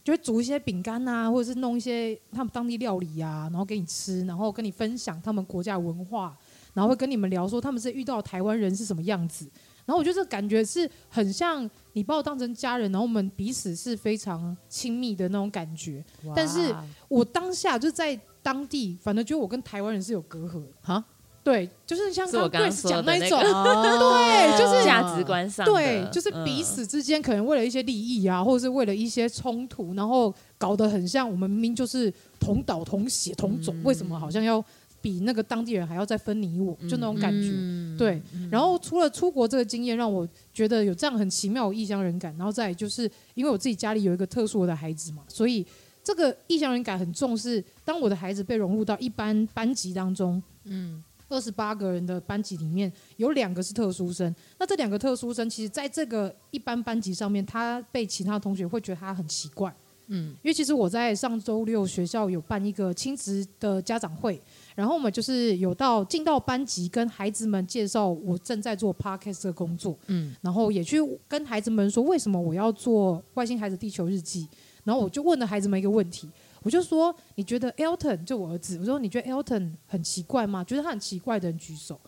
Speaker 2: 就会煮一些饼干啊，或者是弄一些他们当地料理啊，然后给你吃，然后跟你分享他们国家文化，然后会跟你们聊说他们是遇到台湾人是什么样子，然后我觉得这感觉是很像你把我当成家人，然后我们彼此是非常亲密的那种感觉。但是我当下就在当地，反正觉得我跟台湾人是有隔阂
Speaker 1: 啊，
Speaker 2: 对，就是像
Speaker 4: 是我刚刚
Speaker 2: Grace
Speaker 4: 说的
Speaker 2: 讲那一
Speaker 4: 那个
Speaker 2: 种，
Speaker 1: 对
Speaker 2: 就是
Speaker 4: 价值观上的嗯
Speaker 2: 对，就是彼此之间可能为了一些利益啊，或者是为了一些冲突，然后搞得很像我们明明就是同岛同血同种，为什么好像要比那个当地人还要再分你我，就那种感
Speaker 4: 嗯
Speaker 2: 觉。对，然后除了出国这个经验，让我觉得有这样很奇妙的异乡人感。然后再来就是因为我自己家里有一个特殊的孩子嘛，所以这个异乡人感很重视。当我的孩子被融入到一般班级当中，嗯，二十八个人的班级里面有两个是特殊生，那这两个特殊生其实在这个一般班级上面，他被其他同学会觉得他很奇怪。
Speaker 1: 嗯，
Speaker 2: 因为其实我在上周六学校有办一个亲子的家长会，然后我们就是有到进到班级跟孩子们介绍我正在做 podcast 的工作，
Speaker 1: 嗯，
Speaker 2: 然后也去跟孩子们说为什么我要做《外星孩子地球日记》，然后我就问了孩子们一个问题，我就说你觉得 Elton 就我儿子，我说你觉得 Elton 很奇怪吗？觉得他很奇怪的人举手。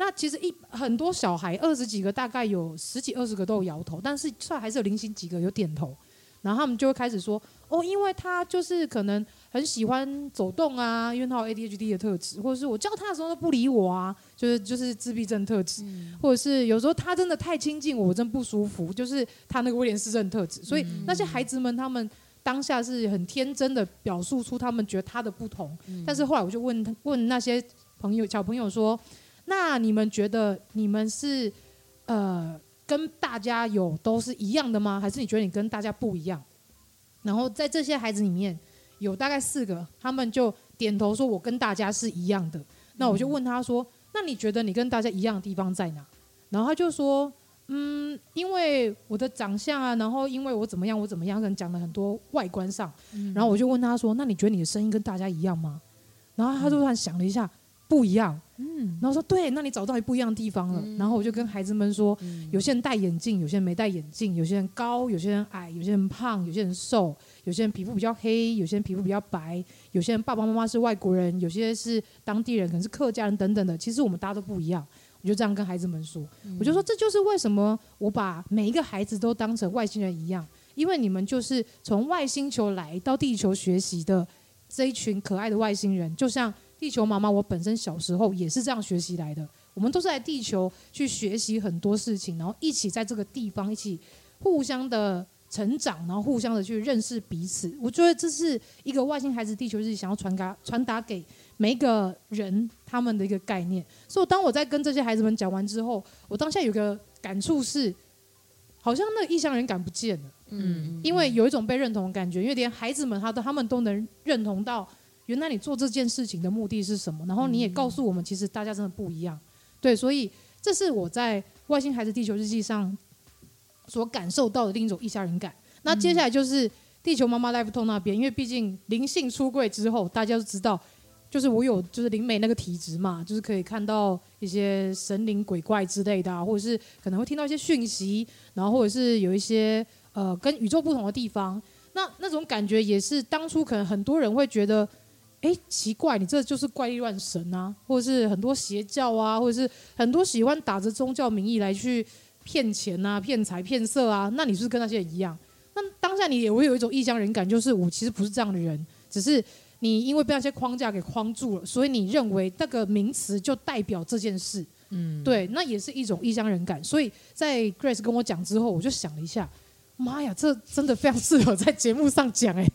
Speaker 2: 那其实一很多小孩二十几个，大概有十几二十个都有摇头，但是算还是有零星几个有点头，然后他们就会开始说哦，因为他就是可能很喜欢走动啊，因为他有 ADHD 的特质，或者是我叫他的时候都不理我啊，就是就是自闭症特质，或者是有时候他真的太亲近我，我真不舒服，就是他那个威廉斯症特质。所以那些孩子们他们当下是很天真的表述出他们觉得他的不同，但是后来我就问他问那些朋友小朋友说，那你们觉得你们是呃跟大家有都是一样的吗？还是你觉得你跟大家不一样？然后在这些孩子里面，有大概四个，他们就点头说：“我跟大家是一样的。”那我就问他说：“那你觉得你跟大家一样的地方在哪？”然后他就说：“嗯，因为我的长相啊，然后因为我怎么样，我怎么样，跟讲了很多外观上。然后我就问他说：“那你觉得你的声音跟大家一样吗？”然后他就突然想了一下，不一样。嗯，然后说：“对，那你找到你不一样的地方了。然后我就跟孩子们说：“有些人戴眼镜，有些人没戴眼镜，有些人高，有些人矮，有些人胖，有些人瘦。”有些人皮肤比较黑，有些人皮肤比较白，有些人爸爸妈妈是外国人，有些是当地人，可能是客家人等等的。其实我们大家都不一样，我就这样跟孩子们说，我就说这就是为什么我把每一个孩子都当成外星人一样，因为你们就是从外星球来到地球学习的这一群可爱的外星人，就像地球妈妈，我本身小时候也是这样学习来的。我们都是来地球去学习很多事情，然后一起在这个地方一起互相的成长，然后互相的去认识彼此。我觉得这是一个外星孩子地球日想要传达传达给每一个人他们的一个概念。所以当我在跟这些孩子们讲完之后，我当下有个感触是，好像那个异乡人感不见了，
Speaker 1: 嗯，
Speaker 2: 因为有一种被认同的感觉，因为连孩子们他都他们都能认同到，原来你做这件事情的目的是什么，然后你也告诉我们，其实大家真的不一样。对，所以这是我在《外星孩子地球日记》上所感受到的另一种异乡人感。那接下来就是地球妈妈 Live Talk 那边，因为毕竟灵性出柜之后，大家都知道，就是我有就是灵媒那个体质嘛， 就是可以看到一些神灵鬼怪之类的、啊，或者是可能会听到一些讯息，然后或者是有一些呃跟宇宙不同的地方。那那种感觉也是当初可能很多人会觉得，哎、奇怪，你这就是怪力乱神啊，或者是很多邪教啊，或者是很多喜欢打着宗教名义来去骗钱啊、骗财、骗色啊，那你是不是跟那些人一样？那当下你也会有一种异乡人感，就是我其实不是这样的人，只是你因为被那些框架给框住了，所以你认为那个名词就代表这件事。嗯，对，那也是一种异乡人感。所以在 Grace 跟我讲之后，我就想了一下，妈呀，这真的非常适合在节目上讲哎、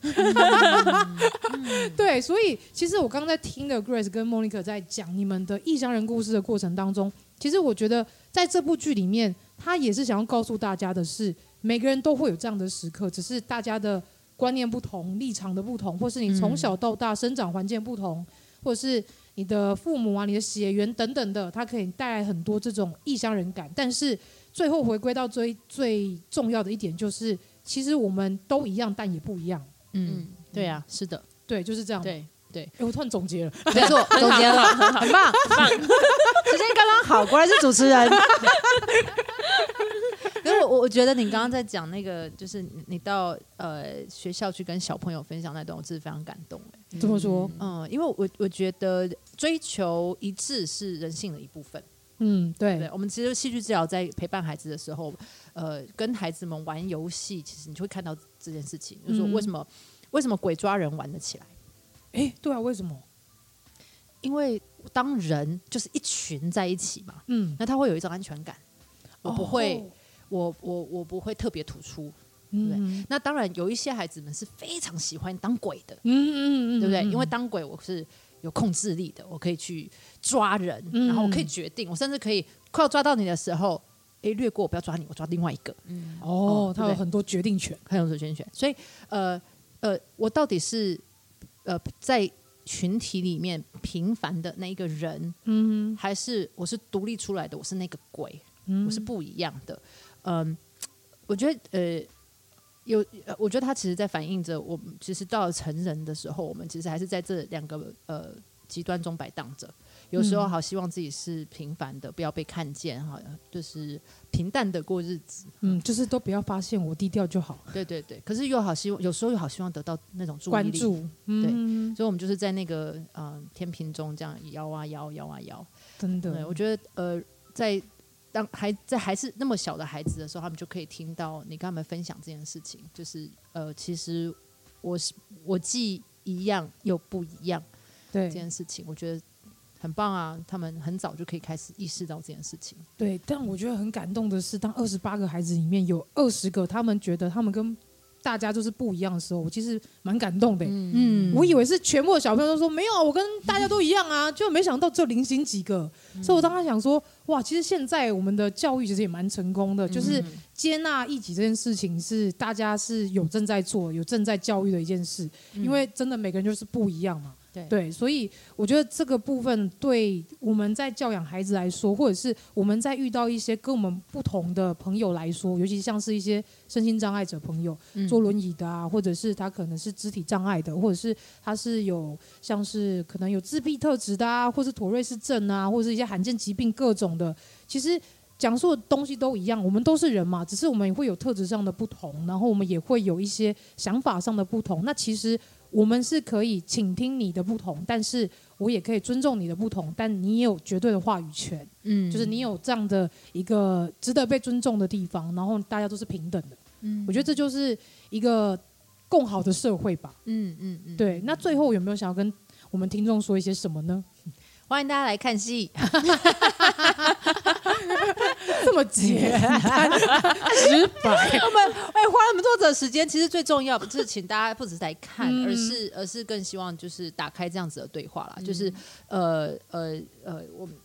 Speaker 2: 对，所以其实我刚刚在听的 Grace 跟 Monica 在讲你们的异乡人故事的过程当中，其实我觉得在这部剧里面，他也是想要告诉大家的是，每个人都会有这样的时刻，只是大家的观念不同、立场的不同，或是你从
Speaker 1: 嗯
Speaker 2: 小到大生长环境不同，或者是你的父母啊、你的血缘等等的，它可以带来很多这种异乡人感。但是最后回归到最最重要的一点，就是其实我们都一样，但也不一样。
Speaker 1: 嗯，对啊，是的，
Speaker 2: 对，就是这样。
Speaker 1: 对对，
Speaker 2: 诶我突然总结了，
Speaker 1: 没错，总结了，很棒。
Speaker 5: 时间刚刚好，果然是主持人。
Speaker 1: 可是我我觉得你刚刚在讲那个，就是你你到呃学校去跟小朋友分享那段，我真的非常感动哎。
Speaker 2: 怎么说？
Speaker 1: 嗯，因为我我觉得追求一致是人性的一部分。
Speaker 2: 嗯，
Speaker 1: 对，
Speaker 2: 对，
Speaker 1: 我们其实戏剧治疗在陪伴孩子的时候，呃，跟孩子们玩游戏，其实你就会看到这件事情，就是说
Speaker 2: 嗯
Speaker 1: 为什么、为什么鬼抓人玩得起来？
Speaker 2: 哎，对啊，为什么？
Speaker 1: 因为当人就是一群在一起嘛，
Speaker 2: 嗯，
Speaker 1: 那他会有一种安全感。我不会，
Speaker 2: 哦，
Speaker 1: 我我我不会特别突出。对
Speaker 2: 嗯
Speaker 1: 那当然，有一些孩子们是非常喜欢当鬼的，
Speaker 2: 嗯嗯嗯，
Speaker 1: 对不对？
Speaker 2: 嗯
Speaker 1: 因为当鬼我是有控制力的，我可以去抓人，
Speaker 2: 嗯
Speaker 1: 然后我可以决定，我甚至可以快要抓到你的时候，诶，略过，我不要抓你，我抓另外一个，
Speaker 2: 哦
Speaker 1: 哦，
Speaker 2: 他
Speaker 1: 对
Speaker 2: 有
Speaker 1: 不对
Speaker 2: 很多决定权。
Speaker 1: 很有主权权。所以，呃呃，我到底是呃在群体里面平凡的那一个人，
Speaker 2: 嗯
Speaker 1: 还是我是独立出来的？我是那个鬼，
Speaker 2: 嗯
Speaker 1: 我是不一样的。嗯，我觉得呃，有呃我觉得它其实在反映着我们，其实到了成人的时候，我们其实还是在这两个呃极端中摆荡着。有时候
Speaker 2: 嗯
Speaker 1: 好希望自己是平凡的，不要被看见，哈，就是平淡的过日子。
Speaker 2: 嗯，就是都不要发现我低调就好，
Speaker 1: 对对对，可是又好希望，有时候又好希望得到那种注意
Speaker 2: 关
Speaker 1: 力。
Speaker 2: 注，嗯，
Speaker 1: 所以，我们就是在那个呃天平中这样摇啊摇，摇啊摇。
Speaker 2: 真
Speaker 1: 对，
Speaker 2: 的
Speaker 1: 我，觉得呃，在当还在还是那么小的孩子的时候，他们就可以听到你跟他们分享这件事情，就是呃，其实我是我既一样又不一样
Speaker 2: 对
Speaker 1: 这件事情，我觉得很棒啊！他们很早就可以开始意识到这件事情。
Speaker 2: 对，但我觉得很感动的是，当二十八个孩子里面有二十个，他们觉得他们跟大家就是不一样的时候，我其实蛮感动的欸。
Speaker 1: 嗯
Speaker 2: 我以为是全部的小朋友都说没有啊，我跟大家都一样啊，就没想到只有零星几个。所以我当时想说，哇，其实现在我们的教育其实也蛮成功的，
Speaker 1: 嗯
Speaker 2: 就是接纳异己这件事情是大家是有正在做、有正在教育的一件事，因为真的每个人就是不一样嘛。
Speaker 1: 嗯对
Speaker 2: 所以我觉得这个部分对我们在教养孩子来说，或者是我们在遇到一些跟我们不同的朋友来说，尤其像是一些身心障碍者朋友，坐轮椅的啊，或者是他可能是肢体障碍的，或者是他是有像是可能有自闭特质的啊，或是妥瑞氏症啊，或是一些罕见疾病各种的，其实。讲述的东西都一样，我们都是人嘛，只是我们会有特质上的不同，然后我们也会有一些想法上的不同。那其实我们是可以倾听你的不同，但是我也可以尊重你的不同，但你也有绝对的话语权，
Speaker 1: 嗯
Speaker 2: 就是你有这样的一个值得被尊重的地方，然后大家都是平等的。
Speaker 1: 嗯
Speaker 2: 我觉得这就是一个更好的社会吧。
Speaker 1: 嗯嗯嗯，
Speaker 2: 对，那最后有没有想要跟我们听众说一些什么呢？
Speaker 1: 欢迎大家来看戏。
Speaker 2: 这么结，
Speaker 1: 直白。我们哎、花那么多的时间，其实最重要不是请大家不只是来看，
Speaker 2: 嗯
Speaker 1: 而是而是更希望就是打开这样子的对话啦，就是呃呃呃，我们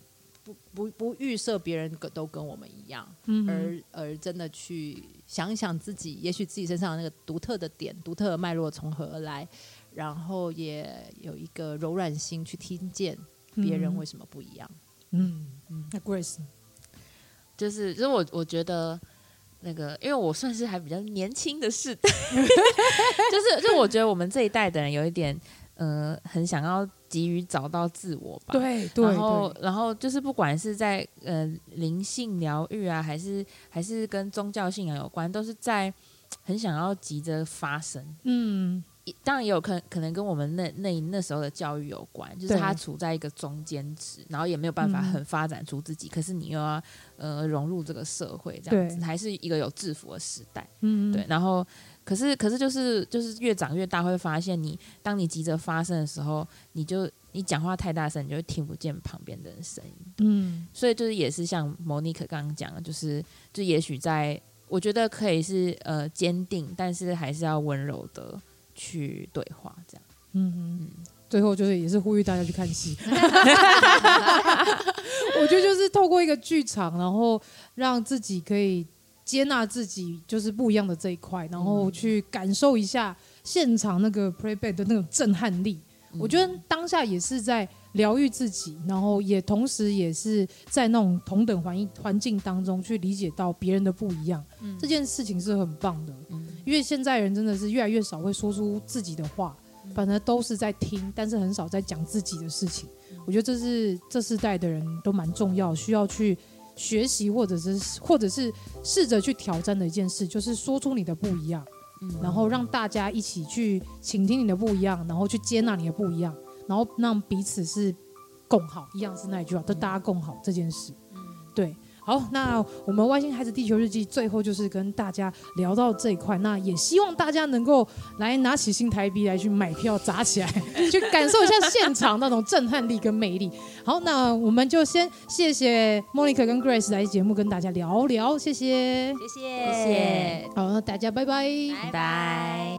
Speaker 1: 不不不预设别人跟都跟我们一样，
Speaker 2: 嗯
Speaker 1: 而而真的去想一想自己，也许自己身上的那个独特的点、独特的脉络从何而来，然后也有一个柔软心去听见别人为什么不一样。
Speaker 2: 嗯，那 Grace
Speaker 4: 就是就是我我觉得那个，因为我算是还比较年轻的世代， 就是就我觉得我们这一代的人有一点，呃，很想要急于找到自我吧。。
Speaker 2: 对对
Speaker 4: 然后，然后就是不管是在呃灵性疗愈啊，还是还是跟宗教信仰有关，都是在很想要急着发生。
Speaker 2: 嗯
Speaker 4: 当然也有可可能跟我们那那那时候的教育有关，就是
Speaker 2: 对嗯
Speaker 4: 他处在一个中间值，然后也没有办法很发展出自己，可是你又要呃融入这个社会，这样子
Speaker 2: 对
Speaker 4: 还是一个有制服的时代，
Speaker 2: 嗯
Speaker 4: 对。然后可是可是就是就是越长越大，会发现你当你急着发声的时候，你就你讲话太大声，你就会听不见旁边的人声音。
Speaker 2: 嗯
Speaker 4: 所以就是也是像 Monique 刚刚讲的，就是就也许在我觉得可以是呃坚定，但是还是要温柔的去对话，这样
Speaker 2: 嗯，最后就是也是呼吁大家去看戏。 我觉得就是透过一个剧场，然后让自己可以接纳自己，就是不一样的这一块，然后去感受一下现场那个 playback 的那种震撼力。我觉得当下也是在疗愈自己，然后也同时也是在那种同等环环境当中去理解到别人的不一样，这件事情是很棒的。因为现在人真的是越来越少会说出自己的话，反而都是在听，但是很少在讲自己的事情。我觉得这是这世代的人都蛮重要，需要去学习，或者是或者是试着去挑战的一件事，就是说出你的不一样，然后让大家一起去倾听你的不一样，然后去接纳你的不一样，然后让彼此是共好，一样是那一句话，就大家共好这件事。对。好，那我们《外星孩子地球日记》最后就是跟大家聊到这一块，那也希望大家能够来拿起新台币来去买票砸起来， 去感受一下现场那种震撼力跟魅力。好，那我们就先谢谢 Monica 跟 Grace 来节目跟大家聊聊，谢谢。
Speaker 6: 谢谢，谢谢，
Speaker 4: 谢
Speaker 2: 好，那大家拜拜
Speaker 6: 拜拜。